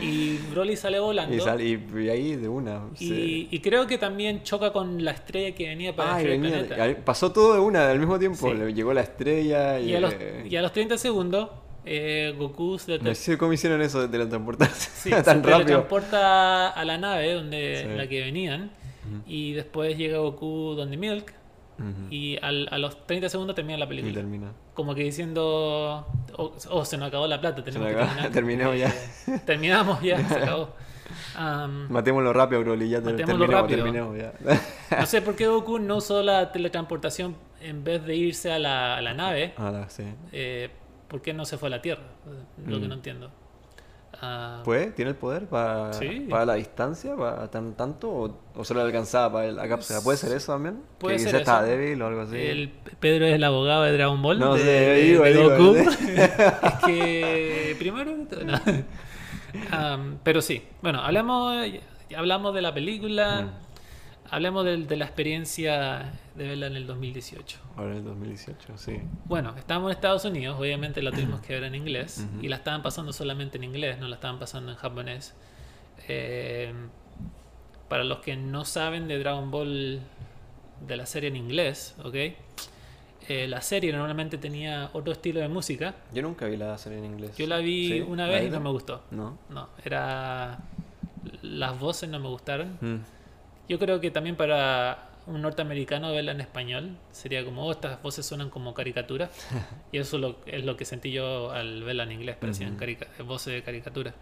A: y Broly sale volando.
B: Y, sale- y- y ahí de una.
A: Y-
B: sí.
A: y creo que también choca con la estrella que venía para
B: Ah, y
A: destruir el
B: venía-
A: planeta.
B: pasó todo de una al mismo tiempo.
A: Sí.
B: Le llegó la estrella y.
A: Y a los,
B: eh,
A: y a los 30 segundos, eh, Goku se,
B: No
A: te-
B: sé cómo hicieron eso de teletransportarse
A: Sí,
B: tan
A: se
B: rápido.
A: transporta a la nave donde
B: Sí.
A: en la que venían y después llega Goku donde Milk
B: Ujú.
A: y al- a los 30 segundos termina la
B: Y
A: película.
B: termina.
A: Como que diciendo, oh, oh, se nos acabó la plata, tenemos
B: nos
A: que
B: acabó,
A: terminar".
B: terminamos ya.
A: Eh, terminamos ya, se acabó. Am,
B: Matémoslo rápido, Broly. Ya te-
A: Matémoslo
B: terminamos,
A: rápido.
B: terminamos ya.
A: no sé por qué Goku no usó la teletransportación en vez de irse a la, a la nave.
B: Ah, no, sí.
A: eh, ¿Por qué no se fue a la Tierra? Lo que
B: Mm.
A: no entiendo. Ah,
B: ¿Puede? ¿Tiene el poder para,
A: Sí.
B: para la distancia? ¿Para tan tanto? ¿O, o solo le alcanzaba para la cápsula? ¿Puede ser eso también?
A: Puede
B: que
A: ser
B: quizás estaba
A: eso.
B: débil o algo así.
A: El Pedro es el abogado de Dragon Ball.
B: No
A: de,
B: sé,
A: de-
B: digo,
A: de
B: digo,
A: Goku.
B: ¿sí?
A: es que primero. no. Am, pero sí, bueno, hablamos, hablamos de la película,
B: Mm.
A: hablamos del- de, la experiencia de verla en el 2018.
B: Ahora en el 2018, sí.
A: Bueno, estábamos en Estados Unidos, obviamente la tuvimos que ver en inglés y la estaban pasando solamente en inglés, no la estaban pasando en japonés. Eh, para los que no saben de Dragon Ball de la serie en inglés, ¿ok? Eh, la serie normalmente tenía otro estilo de música.
B: Yo nunca vi la serie en inglés.
A: Yo la vi
B: ¿Sí?
A: una
B: ¿La
A: vez y
B: viste?
A: no me gustó.
B: No.
A: No, era... Las voces no me gustaron.
B: Mm.
A: Yo creo que también para un norteamericano verla en español sería como, "Oh, estas voces suenan como caricaturas. y eso lo- es lo que sentí yo al verla en inglés, parecían carica- eh, voces de caricatura.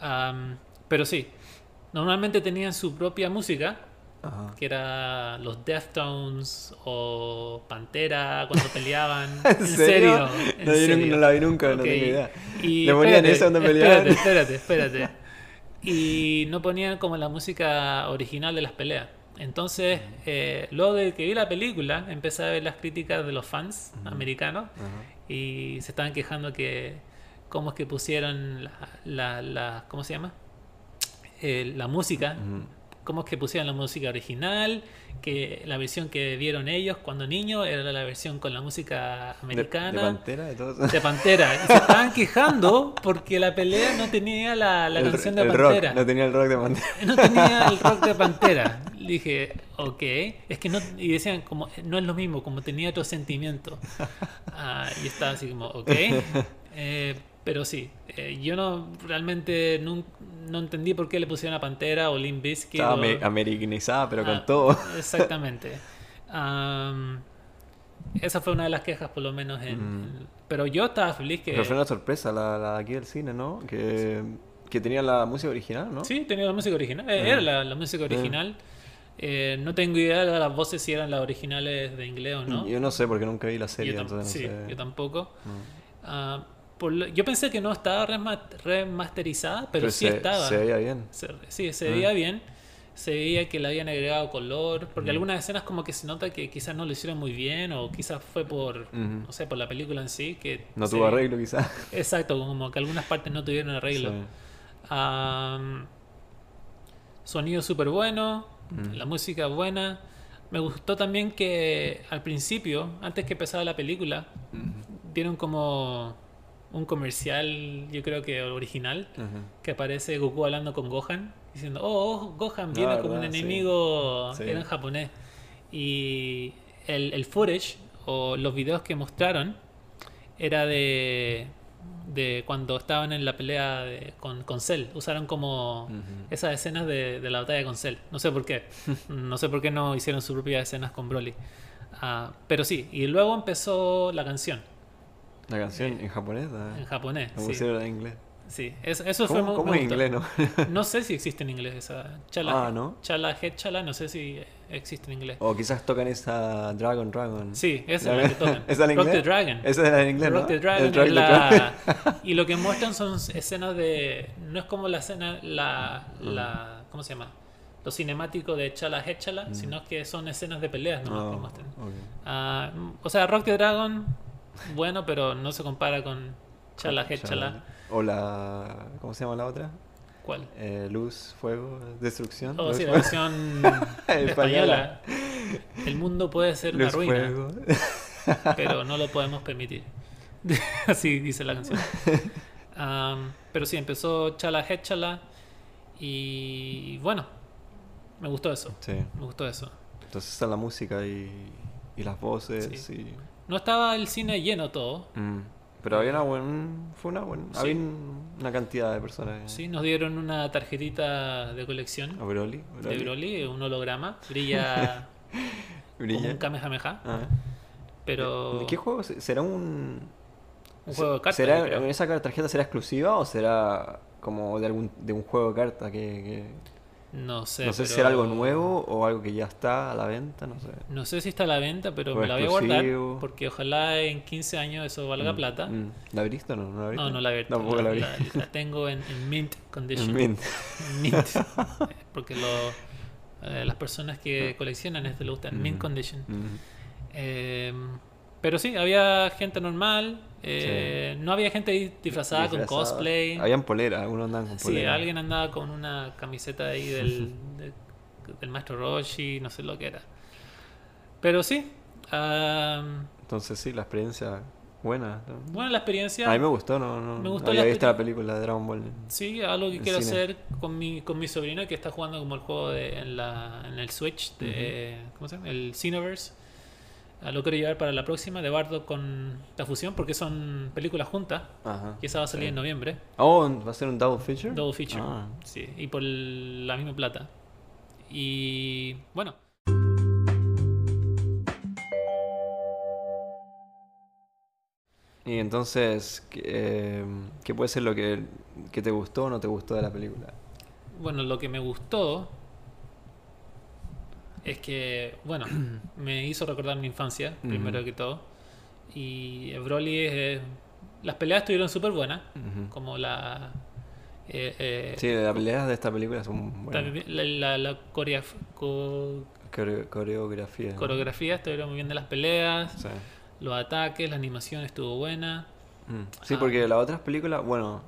A: Am, pero sí, normalmente tenían su propia música,
B: Ajá.
A: que era los Deftones o Pantera cuando peleaban.
B: ¿En serio?
A: ¿En
B: No, yo
A: serio?
B: nunca- no la vi nunca, no
A: Ok,
B: tengo idea.
A: y
B: Le ponían
A: espérate,
B: eso donde
A: espérate,
B: peleaban.
A: Espérate, espérate. Y no ponían como la música original de las peleas. Entonces, eh, luego de que vi la película, empecé a ver las críticas de los fans americanos
B: Ajá.
A: y se estaban quejando que cómo es que pusieron la, la- la- ¿cómo se llama? Eh, la música,
B: Ujú.
A: cómo es que pusieron la música original, que la versión que vieron ellos cuando niños era la versión con la música
B: De- De,
A: americana.
B: pantera, de todo.
A: De Pantera. Y se estaban quejando porque la pelea no tenía la, la
B: El-
A: canción de
B: el rock,
A: Pantera.
B: no tenía el rock de Pantera.
A: No tenía el rock de Pantera. Le dije, ok. Es que no. Y decían, como, no es lo mismo, como tenía otro sentimiento. Ah, y estaba así como, ok. Eh, pero sí, eh, yo no realmente nun- no entendí por qué le pusieron a Pantera o Limp Bizkit.
B: Estaba
A: o-
B: ame- americanizada, pero
A: Ah,
B: con todo.
A: Exactamente. Am, esa fue una de las quejas, por lo menos. En, en- pero yo estaba feliz que.
B: Mm. Pero fue una sorpresa la, la de aquí del cine, ¿no? Que, que tenía la música original, ¿no? Ah.
A: Sí, tenía la música original. eh, Era la, la música original. Eh, no tengo idea de las voces si eran las originales de inglés o no.
B: Yo no sé porque nunca vi la serie,
A: Yo tam-
B: entonces
A: sí,
B: no sé.
A: yo tampoco.
B: No.
A: Ah, por lo- yo pensé que no estaba rema- remasterizada, pero, sí
B: se,
A: estaba.
B: Se veía Ah. bien.
A: Se- sí, se veía bien. Se veía que le habían agregado color. Porque
B: Mm.
A: algunas escenas como que se nota que quizás no lo hicieron muy bien o quizás fue por,
B: Ujú.
A: no sé, por la película en sí. que
B: No
A: se-
B: tuvo arreglo, quizás.
A: Exacto, como que algunas partes no tuvieron arreglo. Am, Sonido súper bueno,
B: Mm.
A: la música buena. Me gustó también que al principio, antes que empezara la película, dieron como un comercial, yo creo que original,
B: Ujú.
A: que aparece Goku hablando con Gohan, diciendo, oh, oh, Gohan viene
B: Ah,
A: como un
B: verdad, sí.
A: enemigo,
B: Sí.
A: era en japonés. Y el, el footage o los videos que mostraron era de, de cuando estaban en la pelea de- con, con Cell, usaron como
B: Ujú.
A: esas escenas de, de la batalla con Cell, no sé por qué, no sé por qué no hicieron sus propias escenas con Broly. Ah, pero sí, y luego empezó la canción
B: La canción en japonés, la,
A: en
B: la
A: japonés. Sí,
B: Ah, pusieron en inglés.
A: sí. Es- eso fue
B: ¿Cómo,
A: muy-
B: cómo
A: me
B: en
A: gustó.
B: inglés, no?
A: No sé si existe en inglés esa. Chala,
B: Ah, ¿no? Oh.
A: Chala, Head Chala, no sé si existe en inglés.
B: o quizás tocan esa Dragon Dragon.
A: Sí, esa es la que tocan.
B: ¿Esa es la en
A: Rock the
B: inglés?
A: Dragon.
B: Esa es la en inglés,
A: Rock
B: ¿no?
A: the
B: El
A: Dragon
B: Rock
A: es
B: the Dragon.
A: la... Y lo que muestran son escenas de... No es como la escena, la...
B: Mm.
A: la ¿Cómo se llama? Lo cinemático de Chala Head Chala, sino que son escenas de peleas nomás que
B: Oh,
A: muestran.
B: ok.
A: Ah, o sea, Rock the Dragon, bueno, pero no se compara con Chala Head Chala.
B: O la... ¿Cómo se llama la otra?
A: ¿Cuál?
B: Eh, luz, fuego, destrucción.
A: Oh,
B: luz,
A: sí, la
B: fuego.
A: versión española.
B: Española.
A: El mundo puede ser una
B: Luz,
A: ruina,
B: fuego.
A: pero no lo podemos permitir. Así dice la canción. Am, pero sí, empezó Chala Hechala y bueno, me gustó eso.
B: sí.
A: Me gustó eso.
B: Entonces está la música y, y las voces
A: Sí.
B: y...
A: No estaba el cine lleno todo.
B: Mm. Pero había una buena... Fue una buena...
A: Sí.
B: Había un- una cantidad de personas.
A: Sí, nos dieron una tarjetita de colección
B: A Broly.
A: de Broly, un holograma. Brilla como
B: Brilla.
A: un Kamehameha,
B: Ah.
A: pero
B: ¿De qué juego? se- ¿Será un...
A: un juego de cartas.
B: ¿Será,
A: yo creo.
B: ¿Esa tarjeta será exclusiva o será como de algún de un juego de cartas que... que-
A: No sé.
B: este? no sé si
A: pero-
B: era algo nuevo o algo que ya está a la venta, no sé.
A: No sé si está a la venta, pero
B: O
A: me la voy a
B: exclusivo.
A: guardar porque ojalá en 15 años eso valga
B: Mm,
A: plata.
B: mm. ¿La abriste o no? ¿No la abriste?
A: No, no la he abierto.
B: Tampoco la abrí.
A: la- la tengo en, en mint condition.
B: Mint.
A: Mint. eh, Porque lo- eh, las personas que coleccionan esto le gustan. Mint
B: Mm.
A: condition.
B: Mm.
A: Eh, pero sí, había gente normal. eh, No había gente di- disfrazada, con
B: Disfrazada.
A: cosplay.
B: Habían polera, algunos andaban con
A: Sí,
B: polera.
A: alguien andaba con una camiseta ahí del, de- del maestro Roshi, no sé lo que era. Pero sí, am,
B: Entonces sí, la experiencia buena. ¿no?
A: bueno, la experiencia,
B: A mí me gustó, no, no.
A: Me gustó
B: había
A: la
B: visto la
A: experien-
B: película de Dragon Ball.
A: sí, algo que
B: el
A: quiero
B: cine.
A: hacer con mi, con mi sobrino que está jugando como el juego de, en, la, en el Switch, de, ¿cómo se llama? El Cineverse. Ah, Lo quiero llevar para la próxima de Bardo con la fusión porque son películas juntas
B: Ajá.
A: que esa va a salir
B: Sí.
A: en noviembre.
B: Oh, ¿va a ser un double feature?
A: Double feature.
B: Ah.
A: Sí, y por el- la misma plata. Y bueno.
B: Y entonces, ¿qué, eh, qué puede ser lo que, que te gustó o no te gustó de la película?
A: Bueno, lo que me gustó es que, bueno, me hizo recordar mi infancia,
B: Ujú.
A: primero que todo. Y Broly es... eh, las peleas estuvieron súper buenas,
B: Ujú.
A: como la... eh, eh,
B: Sí, las peleas de esta película son buenas.
A: también la, la- la coreaf- co-
B: Core- coreografía.
A: coreografía estuvieron muy bien de las peleas,
B: Sí.
A: los ataques, la animación estuvo buena.
B: Mm. Sí,
A: Ah.
B: porque las otras películas, bueno.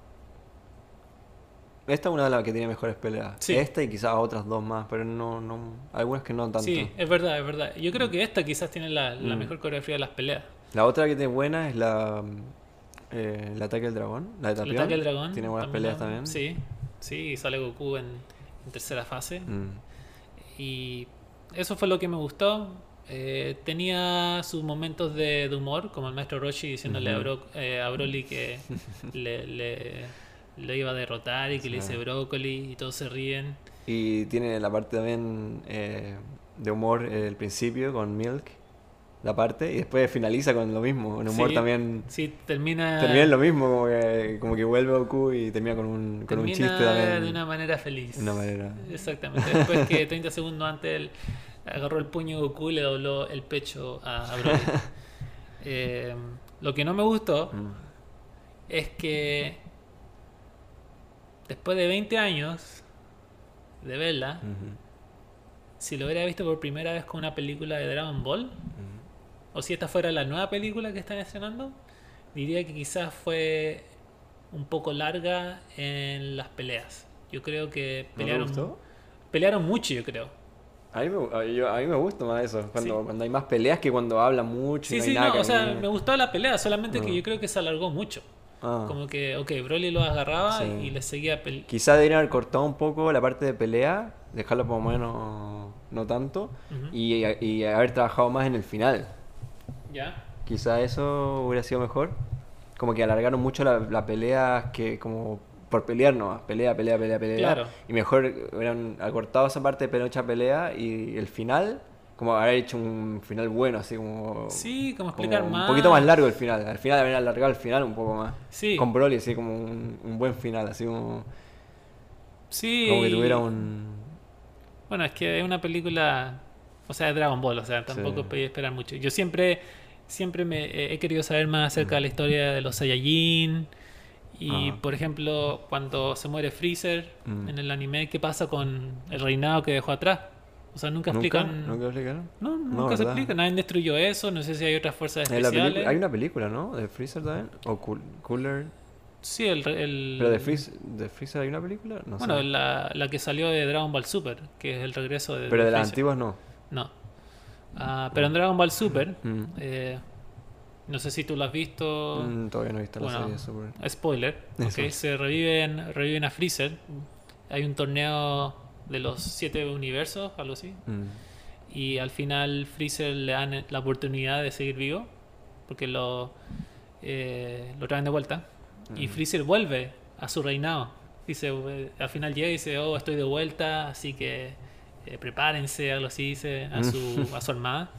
B: Esta es una de las que tiene mejores peleas.
A: Sí.
B: Esta y quizás otras dos más, pero no, no. Algunas que no tanto.
A: Sí, es verdad, es verdad. Yo creo que esta quizás tiene la, la
B: Mm.
A: mejor coreografía de las peleas.
B: La otra que tiene buena es la. mm, eh, el ataque al dragón. La de
A: El
B: Tapión.
A: ataque al dragón.
B: Tiene buenas peleas también.
A: Sí, sí, y sale Goku en, en tercera fase.
B: Mm.
A: Y eso fue lo que me gustó. Eh, tenía sus momentos de, de humor, como el maestro Roshi diciéndole a,
B: Ujú.
A: Bro- eh, a Broly que le, le- le iba a derrotar y que le
B: Sí.
A: dice brócoli y todos se ríen.
B: Y tiene la parte también eh, de humor eh, el principio con Milk. La parte. Y después finaliza con lo mismo. Un humor
A: Sí.
B: también.
A: Sí, termina,
B: Termina en lo mismo, como que, como que vuelve Goku y termina con un, con un
A: termina
B: chiste también.
A: de una manera feliz.
B: de una manera.
A: Exactamente. Después que 30 segundos antes él agarró el puño de Goku y le dobló el pecho a, a Broly. Eh, lo que no me gustó
B: Mm.
A: es que después de 20 años de
B: Mm.
A: verla,
B: Ujú.
A: si lo hubiera visto por primera vez con una película de Dragon Ball, o si esta fuera la nueva película que están estrenando, diría que quizás fue un poco larga en las peleas. Yo creo que
B: ¿No te
A: pelearon
B: gustó?
A: Pelearon mucho, yo creo.
B: A mí, me, a, yo- a mí me gusta más eso, cuando, cuando hay más peleas que cuando habla mucho.
A: Sí,
B: y no
A: sí,
B: hay nada
A: no,
B: que
A: o sea,
B: hablar.
A: me gustó la pelea, solamente que
B: Ah.
A: yo creo que se alargó mucho.
B: Ah.
A: Como que, ok, Broly lo agarraba
B: Sí.
A: y le seguía peleando.
B: Quizá deberían haber cortado un poco la parte de pelea, dejarla por lo menos no tanto, y, y haber trabajado más en el final.
A: ¿Ya?
B: Quizá eso hubiera sido mejor. Como que alargaron mucho la- las peleas que como por pelear nomás, pelea, pelea, pelea, pelea.
A: Claro.
B: Y mejor hubieran acortado esa parte de pelea, mucha pelea y el final, como haber hecho un final bueno, así Oh. como...
A: Sí, como explicar
B: un
A: más.
B: poquito más largo el final. Al final habían alargado el final un poco más.
A: Sí.
B: Con Broly, así como un, un buen final, así como...
A: Sí.
B: Como que tuviera un...
A: Bueno, es que es una película, o sea, de Dragon Ball, o sea, tampoco
B: Sí.
A: podía esperar mucho. Yo siempre, siempre me eh, he querido saber más acerca
B: Mm.
A: de la historia de los Saiyajin. Y,
B: Ajá.
A: por ejemplo, cuando se muere Freezer
B: Ah. Mm.
A: en el anime, ¿qué pasa con el reinado que dejó atrás? O sea, nunca explican...
B: ¿Nunca lo explicaron?
A: No,
B: No,
A: nunca se
B: ¿verdad?
A: explica. ¿eh? Nadie destruyó eso. No sé si hay otras fuerzas
B: En la pelicu-
A: especiales.
B: Hay una película, ¿no? De Freezer también. O Cool- Cooler.
A: Sí, el... el-
B: ¿Pero de Freezer, de Freezer hay una película? No
A: Bueno,
B: sé.
A: la, la que salió de Dragon Ball Super, que es el regreso de...
B: Pero de las
A: Freezer.
B: antiguas no.
A: No. Ah, pero en Dragon Ball Super,
B: Mm.
A: eh, no sé si tú lo has visto.
B: Mm, todavía no he visto la
A: bueno,
B: serie de Super.
A: Spoiler. ok,
B: Eso.
A: se reviven, reviven a Freezer. Hay un torneo de los siete universos, algo así.
B: Mm.
A: Y al final Freezer le dan la oportunidad de seguir vivo. Porque lo, eh, lo traen de vuelta. Y Freezer vuelve a su reinado. Dice, eh, al final llega y dice, oh, estoy de vuelta, así que eh, prepárense, algo así, dice, a su, a su armada.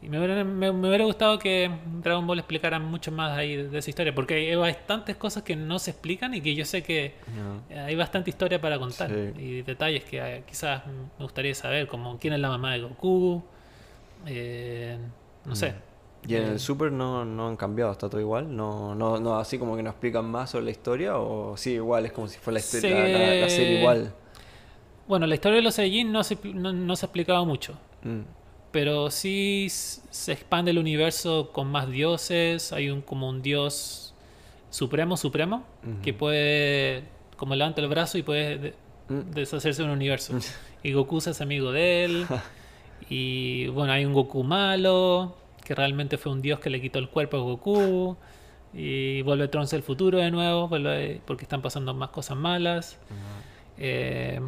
A: Y me hubiera, me- me hubiera gustado que Dragon Ball explicara mucho más ahí de esa historia, porque hay bastantes cosas que no se explican y que yo sé que
B: No.
A: Eh, hay bastante historia para contar
B: Sí.
A: y detalles que eh, quizás me gustaría saber, como quién es la mamá de Goku, eh, no sé.
B: Y
A: Eh.
B: en el Super no, no han cambiado, está todo igual. No, no, no, así como que nos explican más sobre la historia o sí, igual, es como si fuera la, historia,
A: Sí.
B: la, la- la serie igual.
A: Bueno, la historia de los Saiyajin no se, no, no se ha explicado mucho,
B: Mm.
A: pero sí s- se expande el universo con más dioses, hay un como un dios supremo, supremo, que puede, como levanta el brazo y puede de-
B: Mm.
A: deshacerse de un universo. Y Goku se hace amigo de él, y bueno, hay un Goku malo, que realmente fue un dios que le quitó el cuerpo a Goku. Y vuelve Trunks del futuro de nuevo, vuelve- porque están pasando más cosas malas. Eh,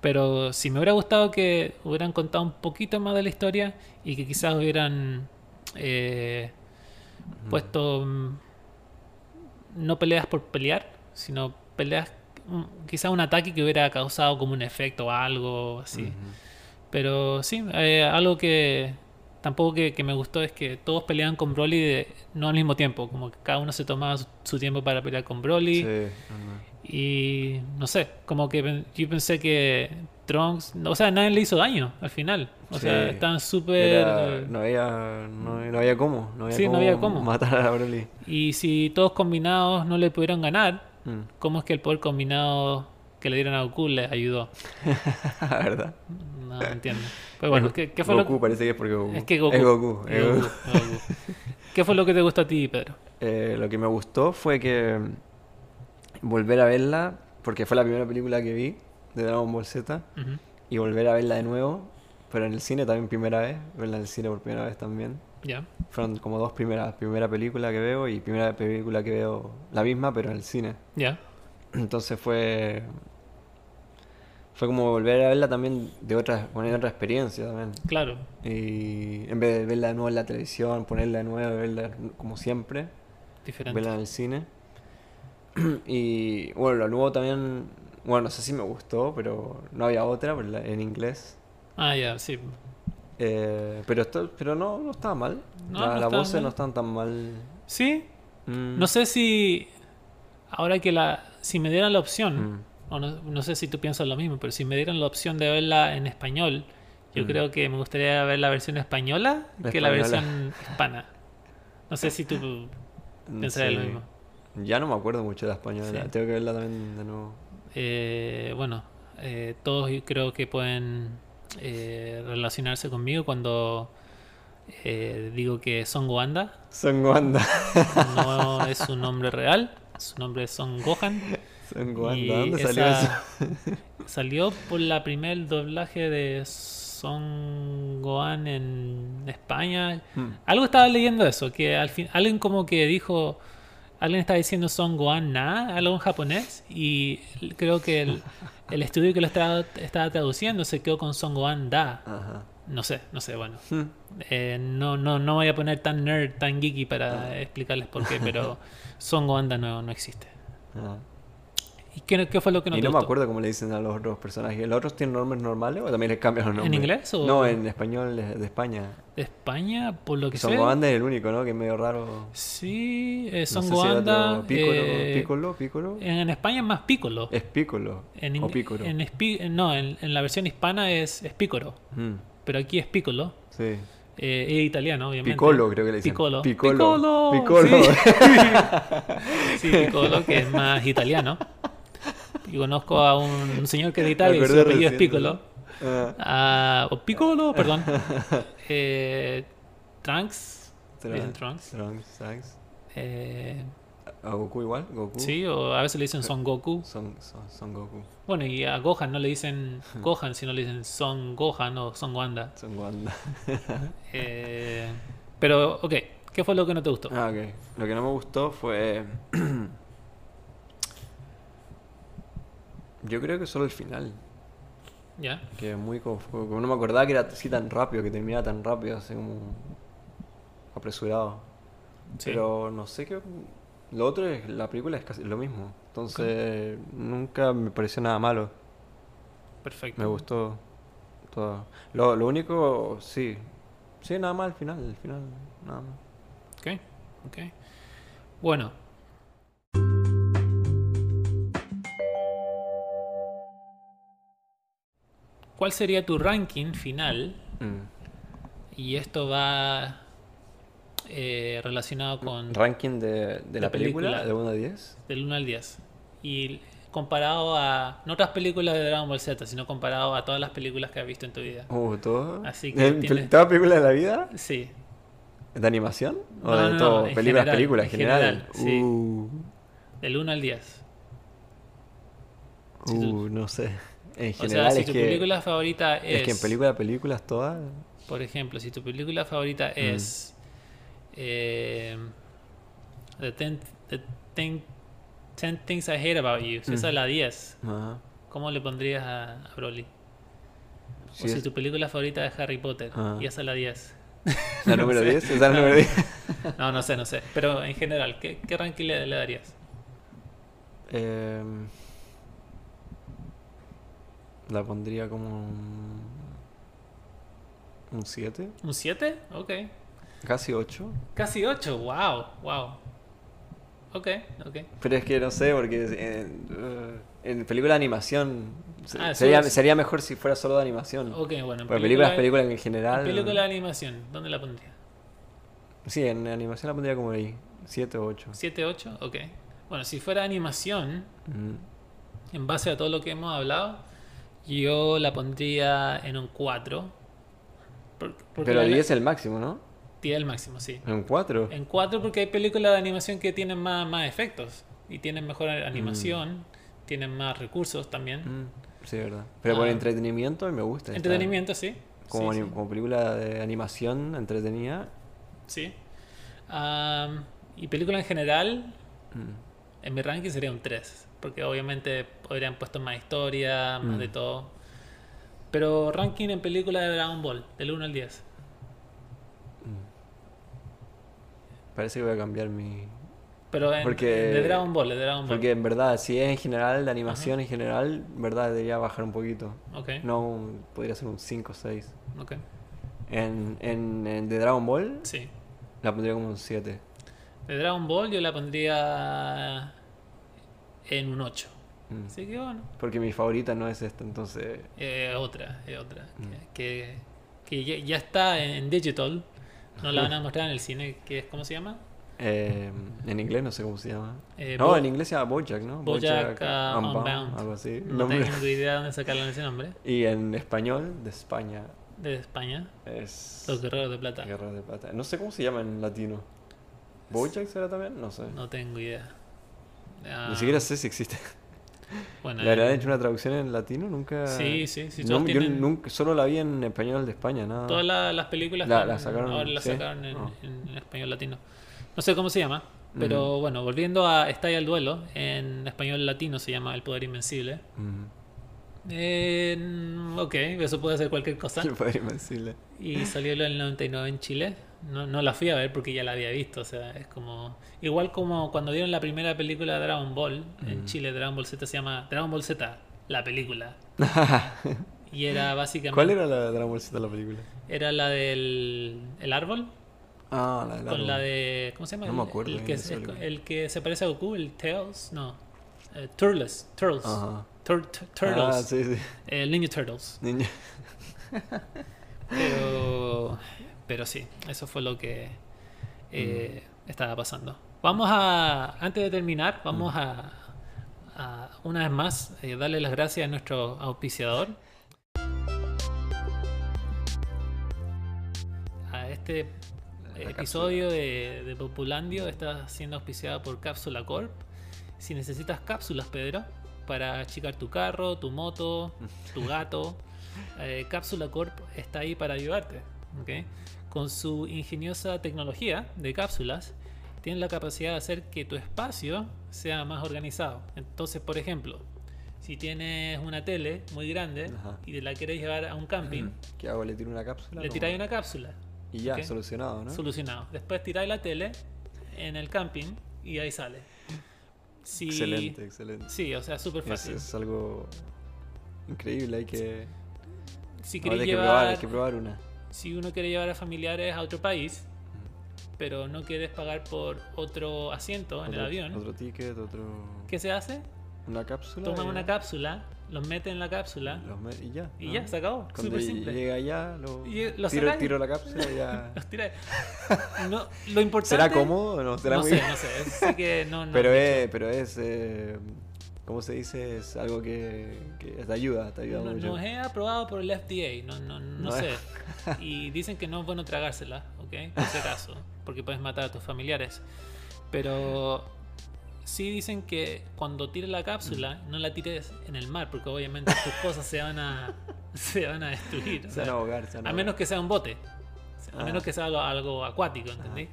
A: pero si me hubiera gustado que hubieran contado un poquito más de la historia y que quizás hubieran eh, puesto mm, no peleas por pelear, sino peleas, mm, quizás un ataque que hubiera causado como un efecto o algo así. Pero sí, eh, algo que tampoco que, que me gustó es que todos peleaban con Broly de- no al mismo tiempo, como que cada uno se tomaba su, su tiempo para pelear con Broly.
B: Sí, normal.
A: Y no sé, como que pen- yo pensé que Trunks, o sea, nadie le hizo daño al final. O
B: Sí.
A: sea, estaban
B: Era-
A: súper...
B: no, había, no, no había cómo. No había,
A: Sí, no
B: cómo
A: había cómo.
B: matar a Broly.
A: Y si todos combinados no le pudieron ganar,
B: Mm.
A: ¿cómo es que el poder combinado que le dieron a Goku les ayudó?
B: La verdad.
A: No entiendo. Pero bueno, ¿qué, qué fue
B: Goku
A: lo que...
B: parece que es porque Goku.
A: Es que Goku.
B: Es Goku.
A: Es
B: es Goku.
A: Goku, es Goku. ¿Qué fue lo que te gustó a ti, Pedro?
B: Eh, lo que me gustó fue que mm, volver a verla, porque fue la primera película que vi de Dragon Ball Z,
A: Ujú.
B: y volver a verla de nuevo, pero en el cine también primera vez, verla en el cine por primera vez también.
A: Ya.
B: Fueron como dos primeras, primera película que veo y primera película que veo la misma, pero en el cine.
A: Ya.
B: Entonces fue... Fue como volver a verla también de otra, poner otra experiencia también.
A: Claro.
B: Y en vez de verla de nuevo en la televisión, ponerla de nuevo, verla como siempre,
A: Diferente.
B: verla en el cine. Y bueno, lo nuevo también, bueno, no sé si me gustó, pero no había otra pero la- en inglés.
A: Ah, ya, sí.
B: Eh, pero esto, pero no, no estaba mal.
A: No,
B: La-
A: no
B: Las
A: estaba
B: voces
A: mal.
B: no están tan mal.
A: Sí,
B: Mm,
A: No sé si ahora que la si me dieran la opción,
B: Mm.
A: o no, no sé si tú piensas lo mismo, pero si me dieran la opción de verla en español, yo
B: Mm.
A: creo que me gustaría ver la versión española
B: La
A: que la
B: española.
A: versión hispana. No sé si tú pensarías lo
B: sí.
A: mismo.
B: Ya no me acuerdo mucho de la española.
A: Sí.
B: Tengo que verla también de nuevo.
A: Eh, bueno, eh, todos yo creo que pueden eh, relacionarse conmigo cuando eh, digo que Son Goanda
B: Son Wanda.
A: no es su nombre real, su nombre es Son Gohan.
B: Son
A: Y
B: Wanda. ¿Dónde salió
A: esa- Salió por la primer doblaje de Son Gohan en España.
B: Mm.
A: Algo estaba leyendo eso, que al fin alguien como que dijo, alguien estaba diciendo Son Gohan na, algo en japonés, y creo que el, el estudio que lo estaba, estaba traduciendo se quedó con Son Gohan da.
B: Ajá.
A: No sé, no sé, bueno.
B: Hmm.
A: Eh, no, no, no voy a poner tan nerd, tan geeky para explicarles por qué, pero Son Gohan da no, no existe.
B: Ah.
A: ¿Y qué, qué fue lo que no
B: y
A: te
B: no me
A: gustó?
B: acuerdo cómo le dicen a los otros personajes. ¿Los otros tienen nombres normales o también les cambian los
A: ¿En
B: nombres?
A: inglés o-
B: No, en español de, de España.
A: De España, por lo que
B: Son
A: sé.
B: Gohan es el único, ¿no? Que es medio raro.
A: Sí, eh,
B: No
A: Son
B: sé si era
A: Gohan da,
B: otro Piccolo,
A: eh,
B: Piccolo, Piccolo.
A: En España es más Piccolo.
B: Es Piccolo.
A: En,
B: o
A: ing-
B: Piccolo.
A: en espi- no, en, en la versión hispana es, es Piccolo,
B: Mm,
A: pero aquí es Piccolo.
B: sí.
A: Eh, es italiano, obviamente.
B: Piccolo, creo que le dicen.
A: Piccolo.
B: Piccolo.
A: Piccolo.
B: Piccolo.
A: Sí. Sí, Piccolo, que es más italiano. Y conozco a un señor que es de
B: Me
A: Italia y su
B: acordé
A: apellido es
B: recién.
A: Piccolo.
B: Ah,
A: Ah, o Piccolo, perdón. Eh, Trunks. le dicen Trunks.
B: Trunks, Trunks.
A: Eh,
B: ¿A Goku igual? ¿Goku?
A: sí, o a veces le dicen Son Goku.
B: Son, son, son Goku.
A: Bueno, y a Gohan no le dicen Gohan, sino le dicen Son Gohan o Son Wanda.
B: Son Wanda.
A: Eh, pero, ok, ¿qué fue lo que no te gustó?
B: Ah, ok. Lo que no me gustó fue. Yo creo que solo el final.
A: ¿Ya?
B: Que es muy conf- como No me acordaba que era así tan rápido, que terminaba tan rápido, así como. apresurado.
A: Sí.
B: Pero no sé qué. Lo otro es. La película es casi lo mismo. Entonces. Nunca me pareció nada malo.
A: Perfecto.
B: Me gustó. Todo. Lo, lo único. Sí. Sí, nada más al final. El final. Nada más.
A: Ok, ok. Bueno. ¿Cuál sería tu ranking final?
B: Mm.
A: Y esto va eh, relacionado con
B: ranking de, de la película,
A: película.
B: de 1 a 10.
A: del 1 al 10. Y comparado a, no otras películas de Dragon Ball Z, sino comparado a todas las películas que has visto en tu vida.
B: Uh, todo.
A: Así que
B: ¿Eh?
A: tiene-
B: ¿Toda película de la vida?
A: Sí,
B: ¿De animación? ¿O
A: No,
B: de
A: no,
B: todo?
A: no, en
B: películas,
A: general,
B: películas,
A: en
B: general.
A: general, sí.
B: Uh,
A: del 1 al 10. Si
B: uh, no sé. En
A: O
B: general
A: sea, si
B: es
A: tu
B: que.
A: película favorita es...
B: Es que en película, películas todas.
A: Por ejemplo, si tu película
B: Mm.
A: favorita es eh, the, ten, The Ten- Ten Things I Hate About You,
B: Mm.
A: si esa es la 10,
B: Ajá.
A: ¿cómo le pondrías a, a Broly?
B: Sí,
A: o si
B: es-
A: tu película favorita es Harry Potter
B: Ah.
A: y esa es la 10.
B: La número 10, esa es la número 10.
A: No, no sé, no sé. Pero en general, ¿qué, qué ranking le, le darías?
B: Em, la pondría como un- un 7,
A: ¿Un 7? Ok.
B: casi 8.
A: Casi 8, wow, wow. Ok, ok.
B: Pero es que no sé, porque en, en película de animación se-
A: Ah, sí,
B: sería,
A: sí.
B: sería mejor si fuera solo de animación.
A: Ok, bueno, en
B: Pero películas,
A: película,
B: películas en general.
A: en película de animación, ¿dónde la pondrías?
B: Sí, en animación la pondría como ahí, 7 o 8.
A: 7, 8, ok. Bueno, si fuera animación,
B: Mm.
A: en base a todo lo que hemos hablado, yo la pondría en un 4. Por- porque
B: Pero Ah.
A: la-
B: 10 es el máximo, ¿no?
A: 10 el máximo, sí.
B: En 4.
A: En 4 porque hay películas de animación que tienen más, más efectos y tienen mejor animación, tienen más recursos también.
B: Mm. Sí, verdad. Pero por
A: Ah.
B: entretenimiento me gusta. está-
A: Entretenimiento, sí.
B: Como,
A: sí,
B: ani-
A: sí,
B: como película de animación entretenida.
A: sí. Am, y película en general,
B: mm,
A: En mi ranking sería un 3, porque obviamente habrían puesto más historia, más
B: Mm.
A: de todo. Pero ranking en película de Dragon Ball, del 1 al 10.
B: Parece que voy a cambiar mi.
A: Pero en,
B: Porque-
A: en- de Dragon Ball, de Dragon Ball.
B: Porque en verdad, si es en general, de animación en general, en verdad debería bajar un poquito.
A: Ok,
B: No, un- podría ser un 5 o 6.
A: ok,
B: En, en, en The Dragon Ball
A: sí.
B: la pondría como un 7.
A: De Dragon Ball yo la pondría en un 8.
B: Mm.
A: Así que bueno,
B: Porque mi favorita no es esta, entonces.
A: eh, otra, eh, otra.
B: Mm.
A: Que, que, que ya, ya está en, en digital, no la van a mostrar en el cine, que es, ¿cómo se llama?
B: eh, en inglés no sé cómo se llama.
A: Eh,
B: no,
A: Bo-
B: en inglés se llama Bojack, ¿no?
A: Bojack, ah, Unbound.
B: Algo así.
A: No
B: Nombre.
A: tengo idea de dónde sacaron ese nombre.
B: Y en español, de España,
A: De España,
B: es.
A: Los Guerreros de Plata.
B: Guerra de Plata. No sé cómo se llama en latino. ¿Bojack será también? No sé.
A: No tengo idea. Ah,
B: Ni siquiera sé si existe.
A: Bueno,
B: ¿Le habrán
A: eh,
B: hecho una traducción en latino? Nunca.
A: Sí, sí, sí,
B: No,
A: todos
B: yo
A: tienen-
B: nunca, solo la vi en español de España, nada.
A: todas la- las películas
B: La-
A: están-
B: la sacaron,
A: ahora las
B: sí.
A: sacaron en,
B: Ah.
A: en español latino. No sé cómo se llama, pero bueno, volviendo a Estalla el duelo, en español latino se llama El poder invencible.
B: Mm.
A: Eh, ok, eso puede ser cualquier cosa.
B: El poder invencible.
A: Y salió en el 99 en Chile. No, no la fui a ver porque ya la había visto. O sea, es como. Igual como cuando vieron la primera película de Dragon Ball
B: Mm.
A: en Chile, Dragon Ball Z se llama Dragon Ball Z, la película. y era básicamente.
B: ¿Cuál era la Dragon Ball Z de la película?
A: Era la del el árbol.
B: Ah, la del
A: Con la
B: árbol.
A: de. ¿Cómo se llama?
B: No
A: El-
B: me acuerdo
A: El,
B: bien
A: que,
B: de
A: es-
B: esa película.
A: el que se parece a Goku, el Tails. No. Eh, Turles. Turtles.
B: Ajá.
A: Tur- tur- turtles.
B: Ah, sí, sí.
A: El Ninja Turtles.
B: Niña.
A: Pero, pero sí, eso fue lo que eh, estaba pasando. Vamos a, antes de terminar, vamos a, a, una vez más eh, darle las gracias a nuestro auspiciador. A este
B: cápsula.
A: episodio de, de Populandio está siendo auspiciado por Cápsula Corp. Si necesitas cápsulas, Pedro, para achicar tu carro, tu moto, tu gato, eh, Cápsula Corp está ahí para ayudarte. ¿ok? Con su ingeniosa tecnología de cápsulas, tienen la capacidad de hacer que tu espacio sea más organizado. Entonces, por ejemplo, si tienes una tele muy grande
B: Ajá.
A: y te la quieres llevar a un camping,
B: ¿Qué hago? ¿Le tiro una cápsula?
A: le
B: ¿Cómo?
A: tiráis una cápsula.
B: Y ya,
A: ¿Qué?
B: solucionado, ¿no?
A: Solucionado. Después tiráis la tele en el camping y ahí sale. Si-
B: Excelente, excelente.
A: Sí, o sea, súper
B: Es,
A: fácil.
B: es algo increíble, hay que,
A: Si
B: ahora
A: queréis
B: hay que probar, hay
A: llevar,
B: que probar una.
A: si uno quiere llevar a familiares a otro país, pero no quieres pagar por otro asiento en el
B: Otro-
A: avión,
B: Otro ticket, otro...
A: ¿qué se hace?
B: Una cápsula.
A: Toman
B: y-
A: una cápsula, los meten en la cápsula
B: los me- y ya.
A: y
B: ¿no?
A: ya, se acabó.
B: Cuando
A: Súper simple.
B: llega allá, lo,
A: Y lo
B: tiro,
A: sacan.
B: tiro la cápsula y ya...
A: Los tiráis. No, lo importante.
B: ¿Será cómodo o no? ¿Será
A: no
B: muy
A: sé,
B: bien?
A: no sé. Así que no, no.
B: Pero es, pero es eh, ¿cómo se dice? Es algo que, que te ayuda, te ayuda
A: No,
B: mucho.
A: no es aprobado por el FDA, no, no, no,
B: No
A: sé.
B: es.
A: Y dicen que no es bueno tragársela, ¿ok? En ese caso, porque puedes matar a tus familiares. Pero sí dicen que cuando tires la cápsula,
B: Mm.
A: no la tires en el mar, porque obviamente tus cosas se van a, se van a destruir. o
B: Se van a
A: sea,
B: ahogar, se van a
A: a
B: ahogar.
A: menos que sea un bote, a
B: Ah.
A: menos que sea algo, algo acuático, ¿entendés?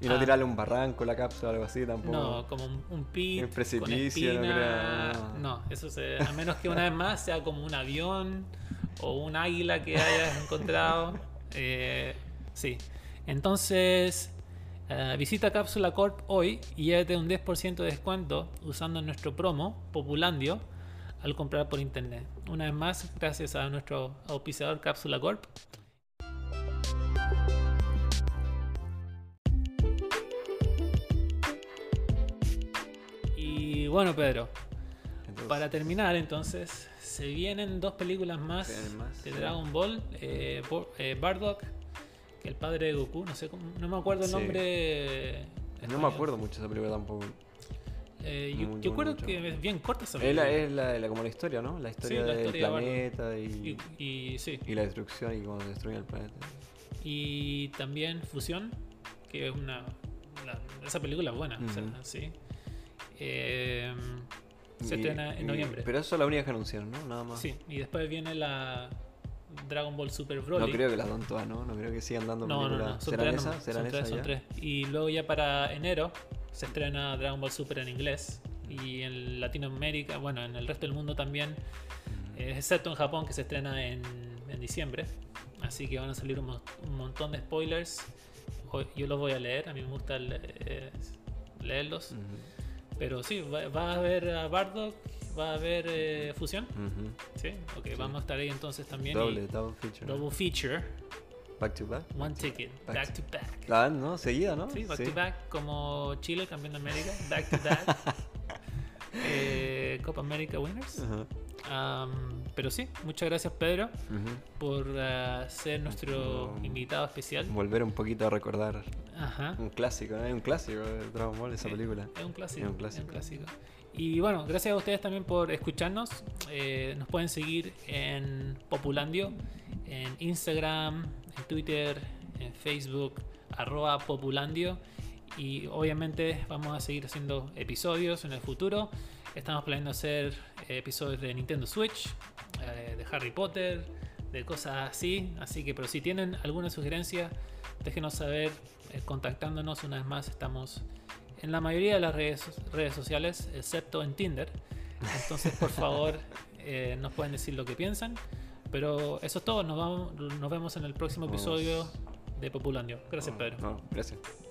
B: Y no
A: ah.
B: tirarle un barranco, la cápsula o algo así tampoco.
A: No, como un, un pit.
B: Un precipicio,
A: con
B: no
A: espina.
B: creo, no.
A: No, eso se. A menos que una vez más sea como un avión o un águila que hayas encontrado. Eh, sí. Entonces, eh, visita Cápsula Corp hoy y llévate un 10% de descuento usando nuestro promo Populandio al comprar por internet. Una vez más, gracias a nuestro auspiciador Cápsula Corp. Y bueno, Pedro,
B: Entonces,
A: para terminar, entonces, se vienen dos películas más,
B: Se vienen más,
A: de
B: sí.
A: Dragon Ball. eh, Bo- eh, Bardock, que el padre de Goku, no sé cómo- no me acuerdo el
B: Sí.
A: nombre.
B: no
A: español.
B: me acuerdo mucho de esa película tampoco.
A: Eh, yo,
B: Muy
A: yo acuerdo
B: bueno, mucho.
A: que es bien corta esa
B: Es, la,
A: película.
B: es la, la- como la historia, ¿no? La historia
A: la
B: del
A: historia de Bardo.
B: planeta y,
A: Y, y sí.
B: y la destrucción y cómo se destruye el planeta.
A: Y también Fusión, que es una. la- esa película es buena, o sea,
B: Ujú.
A: sí. Eh, se
B: Y-
A: estrena en
B: y-
A: noviembre.
B: Pero eso es la única que anunciaron, ¿no? Nada más.
A: Sí, y después viene la Dragon Ball Super
B: no
A: Broly.
B: creo que las dan todas, ¿no? No creo que sigan dando
A: No, no,
B: películas.
A: no, son
B: ¿Serán
A: tres
B: esas?
A: nomás,
B: ¿Serán
A: son tres,
B: esas
A: son
B: ya?
A: tres. Y luego ya para enero se estrena Dragon Ball Super en inglés y en Latinoamérica, bueno, en el resto del mundo también,
B: Mm.
A: eh, excepto en Japón que se estrena en, en diciembre. Así que van a salir un, mo- un montón de spoilers. Hoy- Yo los voy a leer, a mí me gusta le- eh, leerlos.
B: Mm. Ujú,
A: Pero sí, va, va a haber a Bardock, va a haber eh, Fusión.
B: ujú.
A: Sí, ok, vamos a estar ahí entonces también. y
B: Doble, double feature.
A: double feature,
B: Back to back.
A: one ticket,
B: Back
A: back to
B: to-
A: back.
B: La dan, ¿no? Seguida, ¿no?
A: Sí, back to back, como Chile, campeón de América, back to back. Eh, Copa América Winners.
B: Ajá.
A: Am, pero sí, muchas gracias Pedro
B: Ujú.
A: por ah, ser nuestro
B: No.
A: invitado especial.
B: Volver un poquito a recordar
A: Ajá.
B: un clásico, ¿no? Es un clásico de Dragon Ball esa
A: Sí,
B: película.
A: Es un clásico.
B: Es un
A: es un
B: clásico.
A: clásico. Y bueno, gracias a ustedes también por escucharnos. Eh, nos pueden seguir en Populandio, en Instagram, en Twitter, en Facebook, arroba Populandio. Y obviamente vamos a seguir haciendo episodios en el futuro. Estamos planeando hacer episodios de Nintendo Switch, eh, de Harry Potter, de cosas así. Así que, pero si tienen alguna sugerencia, déjenos saber eh, contactándonos. Una vez más, estamos en la mayoría de las redes, redes sociales, excepto en Tinder. Entonces, por favor, eh, nos pueden decir lo que piensan. Pero eso es todo. Nos, vamos, nos vemos en el próximo episodio de Populandio. Gracias, Pedro.
B: No, gracias.